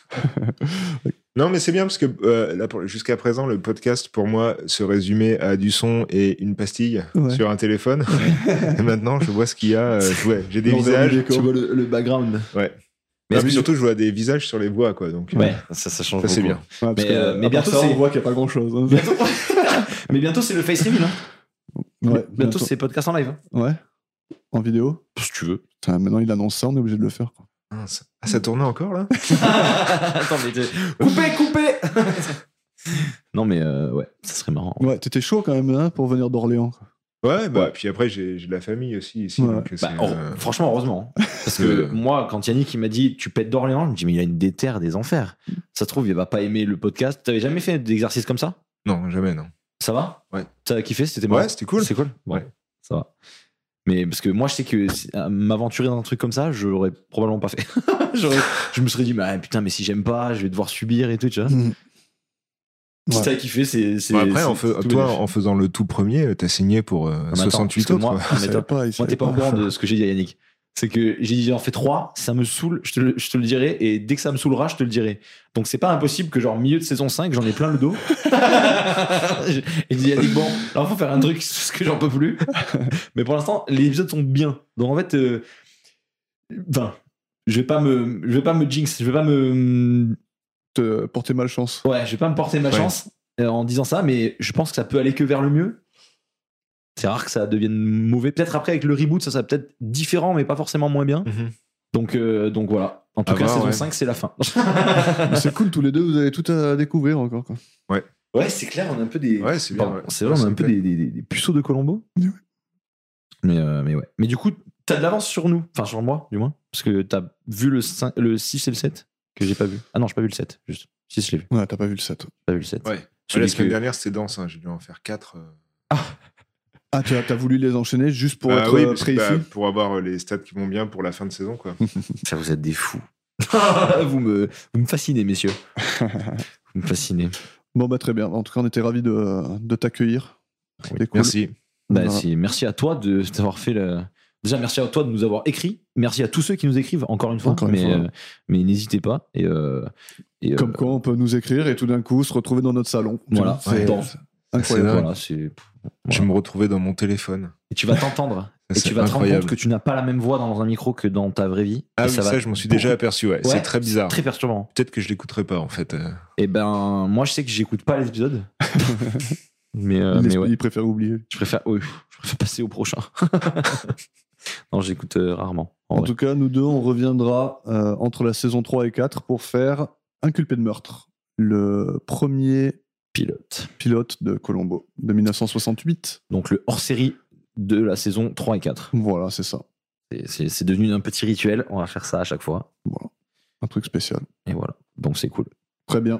Non, mais c'est bien parce que euh, là, pour- jusqu'à présent, le podcast pour moi se résumait à du son et une pastille Ouais. sur un téléphone. et maintenant, je vois ce qu'il y a. euh, je- ouais, j'ai des L'envers du visages. décor. Non, le, background. Mais Mais est-ce que- surtout, je vois des visages sur les voix, quoi. Donc, euh, Ouais, ça, Ah ça change ça c'est beaucoup. bien. Ouais, parce Mais, que, euh, à mais part bientôt, ça, c'est- on voit qu'il n'y a pas hein. grand chose. Bientôt- mais bientôt c'est le face reveal. Hein. bientôt c'est podcast en live. hein. Ouais. En vidéo. Si tu veux. Putain, maintenant il annonce ça, on est obligé de le faire. quoi. Ah, ça, ah, ça tournait encore là Attends, mais t'es- coupez, coupez Non, mais euh, ouais, ça serait marrant. Ouais, t'étais chaud quand même hein, pour venir d'Orléans. quoi. Ouais, bah, puis après, j'ai j'ai de la famille aussi ici. Ouais. donc, c'est, Bah, heure- euh, Franchement, heureusement. hein. Parce que Euh. moi, quand Yannick il m'a dit tu pètes d'Orléans, je me dis mais il a une déterre des enfers. Ça se trouve, il va pas aimer le podcast. T'avais jamais fait d'exercice comme ça Non, jamais, non. Ça va Ouais. T'as kiffé C'était marrant Ouais, c'était cool. C'est cool Ouais, Ouais. ça va. Mais parce que moi, je sais que c'est- à m'aventurer dans un truc comme ça, je l'aurais probablement pas fait. J'aurais- je me serais dit, mais ah, putain, mais si j'aime pas, je vais devoir subir et tout, tu vois. Si Ouais. t'as kiffé, c'est. c'est- Bon, après, c'est- en fait- c'est tout toi, bénef. en faisant le tout premier, t'as signé pour euh, mais Ah, bah, attends, 68 parce que autres. moi, quoi. non, Il mais savait attends, Ah, pas, il moi, savait t'es pas au pas. courant de ce que j'ai dit à Yannick. C'est que j'ai dit, j'en fais trois, ça me saoule, je te, le, je te le dirai, et dès que ça me saoulera, je te le dirai. Donc c'est pas impossible que, genre, milieu de saison 5, j'en ai plein le dos. et je dis, à Yannick, bon, là, faut faire un truc, parce que j'en peux plus. Mais pour l'instant, les épisodes sont bien. Donc en fait, euh, ben, je vais pas me, je vais pas me jinx, je vais pas me, Te porter malchance. ouais, je vais pas me porter ma Ouais. chance euh, en disant ça, mais je pense que ça peut aller que vers le mieux. C'est rare que ça devienne mauvais. Peut-être après avec le reboot, ça sera peut-être différent, mais pas forcément moins bien. Mhm. Donc, euh, donc voilà. En tout À cas, voir, saison ouais. 5, c'est la fin. Mais c'est cool, tous les deux, vous avez tout à découvrir encore. quoi. ouais, c'est clair, on a un peu des. Ouais, c'est bien. Pardon, ouais. c'est vrai, Ouais, on a ça un me peu plaît. des, des- des- des puceaux de Colombo. Oui, Mais, euh, mais ouais. Mais du coup, t'as de l'avance sur nous. Enfin, sur moi, du moins. Parce que t'as vu le, 5 le 6 et le 7 que j'ai pas vu. Ah non, j'ai pas vu le 7, juste. 6, je l'ai vu. Ouais, t'as pas vu le 7. J'ai Pas vu le 7. Ouais. Ouais, Celui la semaine que- dernière, c'était dense. hein, J'ai dû en faire 4. Ah, tu as, t'as voulu les enchaîner juste pour Ah Bah être euh, prêt ici pour avoir euh, les stats qui vont bien pour la fin de saison. quoi. Ça, vous êtes des fous. vous, me, vous me fascinez, messieurs. Vous me fascinez. Bon, bah très bien. En tout cas, on était ravis de, de t'accueillir. C'était cool. Merci. Bah, Voilà. c'est- merci à toi de t'avoir fait le. Déjà, merci à toi de nous avoir écrit. Merci à tous ceux qui nous écrivent, encore une fois. Encore une mais fois. euh, mais n'hésitez pas. Et, euh, et, Comme euh, quoi, on peut nous écrire et tout d'un coup se retrouver dans notre salon. Voilà. C'est Ouais. c'est incroyable. dingue. voilà, c'est- Je me retrouvais dans mon téléphone. et tu vas t'entendre. et C'est tu vas te rendre incroyable. compte que tu n'as pas la même voix dans un micro que dans ta vraie vie. Ah Et oui, ça, va je m'en suis beaucoup- déjà aperçu. Ouais. Ouais, c'est très bizarre. Très perturbant. Peut-être que je l'écouterai pas en fait. euh. Et ben, moi, je sais que j'écoute pas les épisodes. mais, euh, mais L'esprit, ouais. Il préfère oublier. Je préfère, oui, je préfère passer au prochain. non, j'écoute euh, rarement. en En vrai. tout cas, nous deux, on reviendra euh, entre la saison 3 et 4 pour faire Inculpé de meurtre, le premier pilote. pilote de Colombo de 1968. Donc le hors-série de la saison 3 et 4. Voilà, c'est ça. C'est- C'est c'est devenu un petit rituel. On va faire ça à chaque fois. Un truc spécial. Et voilà. Donc c'est cool. Très bien.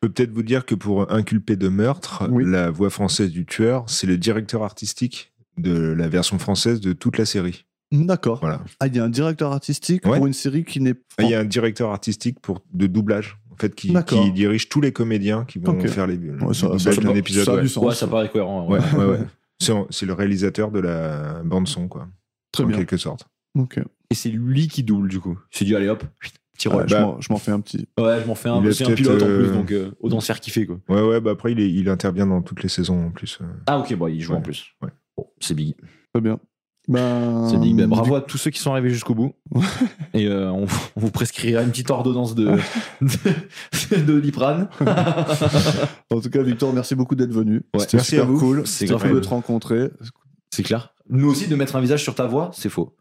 peux peut-être vous dire que pour inculper de meurtre, Oui. la voix française du tueur, c'est le directeur artistique de la version française de toute la série. D'accord. Voilà. Ah, il y a un directeur artistique Ouais. pour une série qui n'est Ah, Il Oh. y a un directeur artistique pour, de doublage, en fait, qui, D'accord. qui dirige tous les comédiens qui vont Ok. faire les, le Ouais, ça, ça, doublage ça- d'un ça épisode. a ouais. du sens. Ouais, ça paraît cohérent. ouais. Ouais, ouais, ouais. C'est c'est le réalisateur de la bande-son, quoi. Très en bien. quelque sorte. Ok. Et c'est lui qui double, du coup. Il s'est dit, allez hop, chut, petit Ouais, rôle. je bah- m'en- je m'en fais un petit. Ouais, je m'en fais un. Il a C'est un peut-être, pilote en euh, plus, donc euh, autant se faire kiffer, quoi. Ouais, ouais, bah après, il, est- il intervient dans toutes les saisons en plus. euh. Ah, ok, bon, il joue Ouais, en plus. ouais. Bon, c'est big. Très bien. Ben, C'est big. Ben, bravo à tous ceux qui sont arrivés jusqu'au bout. Et euh, on, on vous prescrira une petite ordonnance de, de, de Liprane. En tout cas, Victor, merci beaucoup d'être venu. Ouais. C'était Merci super à vous. cool. C'est C'était grave. cool de te rencontrer. C'est clair. Nous aussi, de mettre un visage sur ta voix, c'est faux.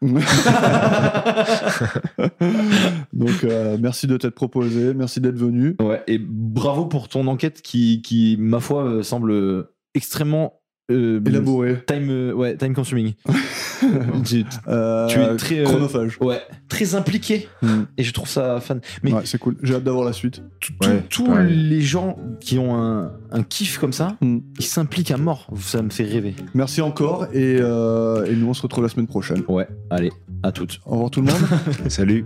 Donc, euh, merci de t'être proposé. Merci d'être venu. Ouais, et bravo pour ton enquête qui, qui ma foi, euh, semble extrêmement. euh, Élaboré. Time, euh, ouais, time consuming. tu, Euh, tu es très. euh, chronophage. ouais, très impliqué. Mm. Et je trouve ça fan. Mais- Ouais, c'est cool. J'ai hâte d'avoir la suite. Tout- Ouais, Tous pareil. les gens qui ont un, un kiff comme ça, Mm. ils s'impliquent à mort. Ça me fait rêver. Merci encore et, euh, et nous on se retrouve la semaine prochaine. Ouais, allez, à toutes. Au revoir tout le monde. Salut.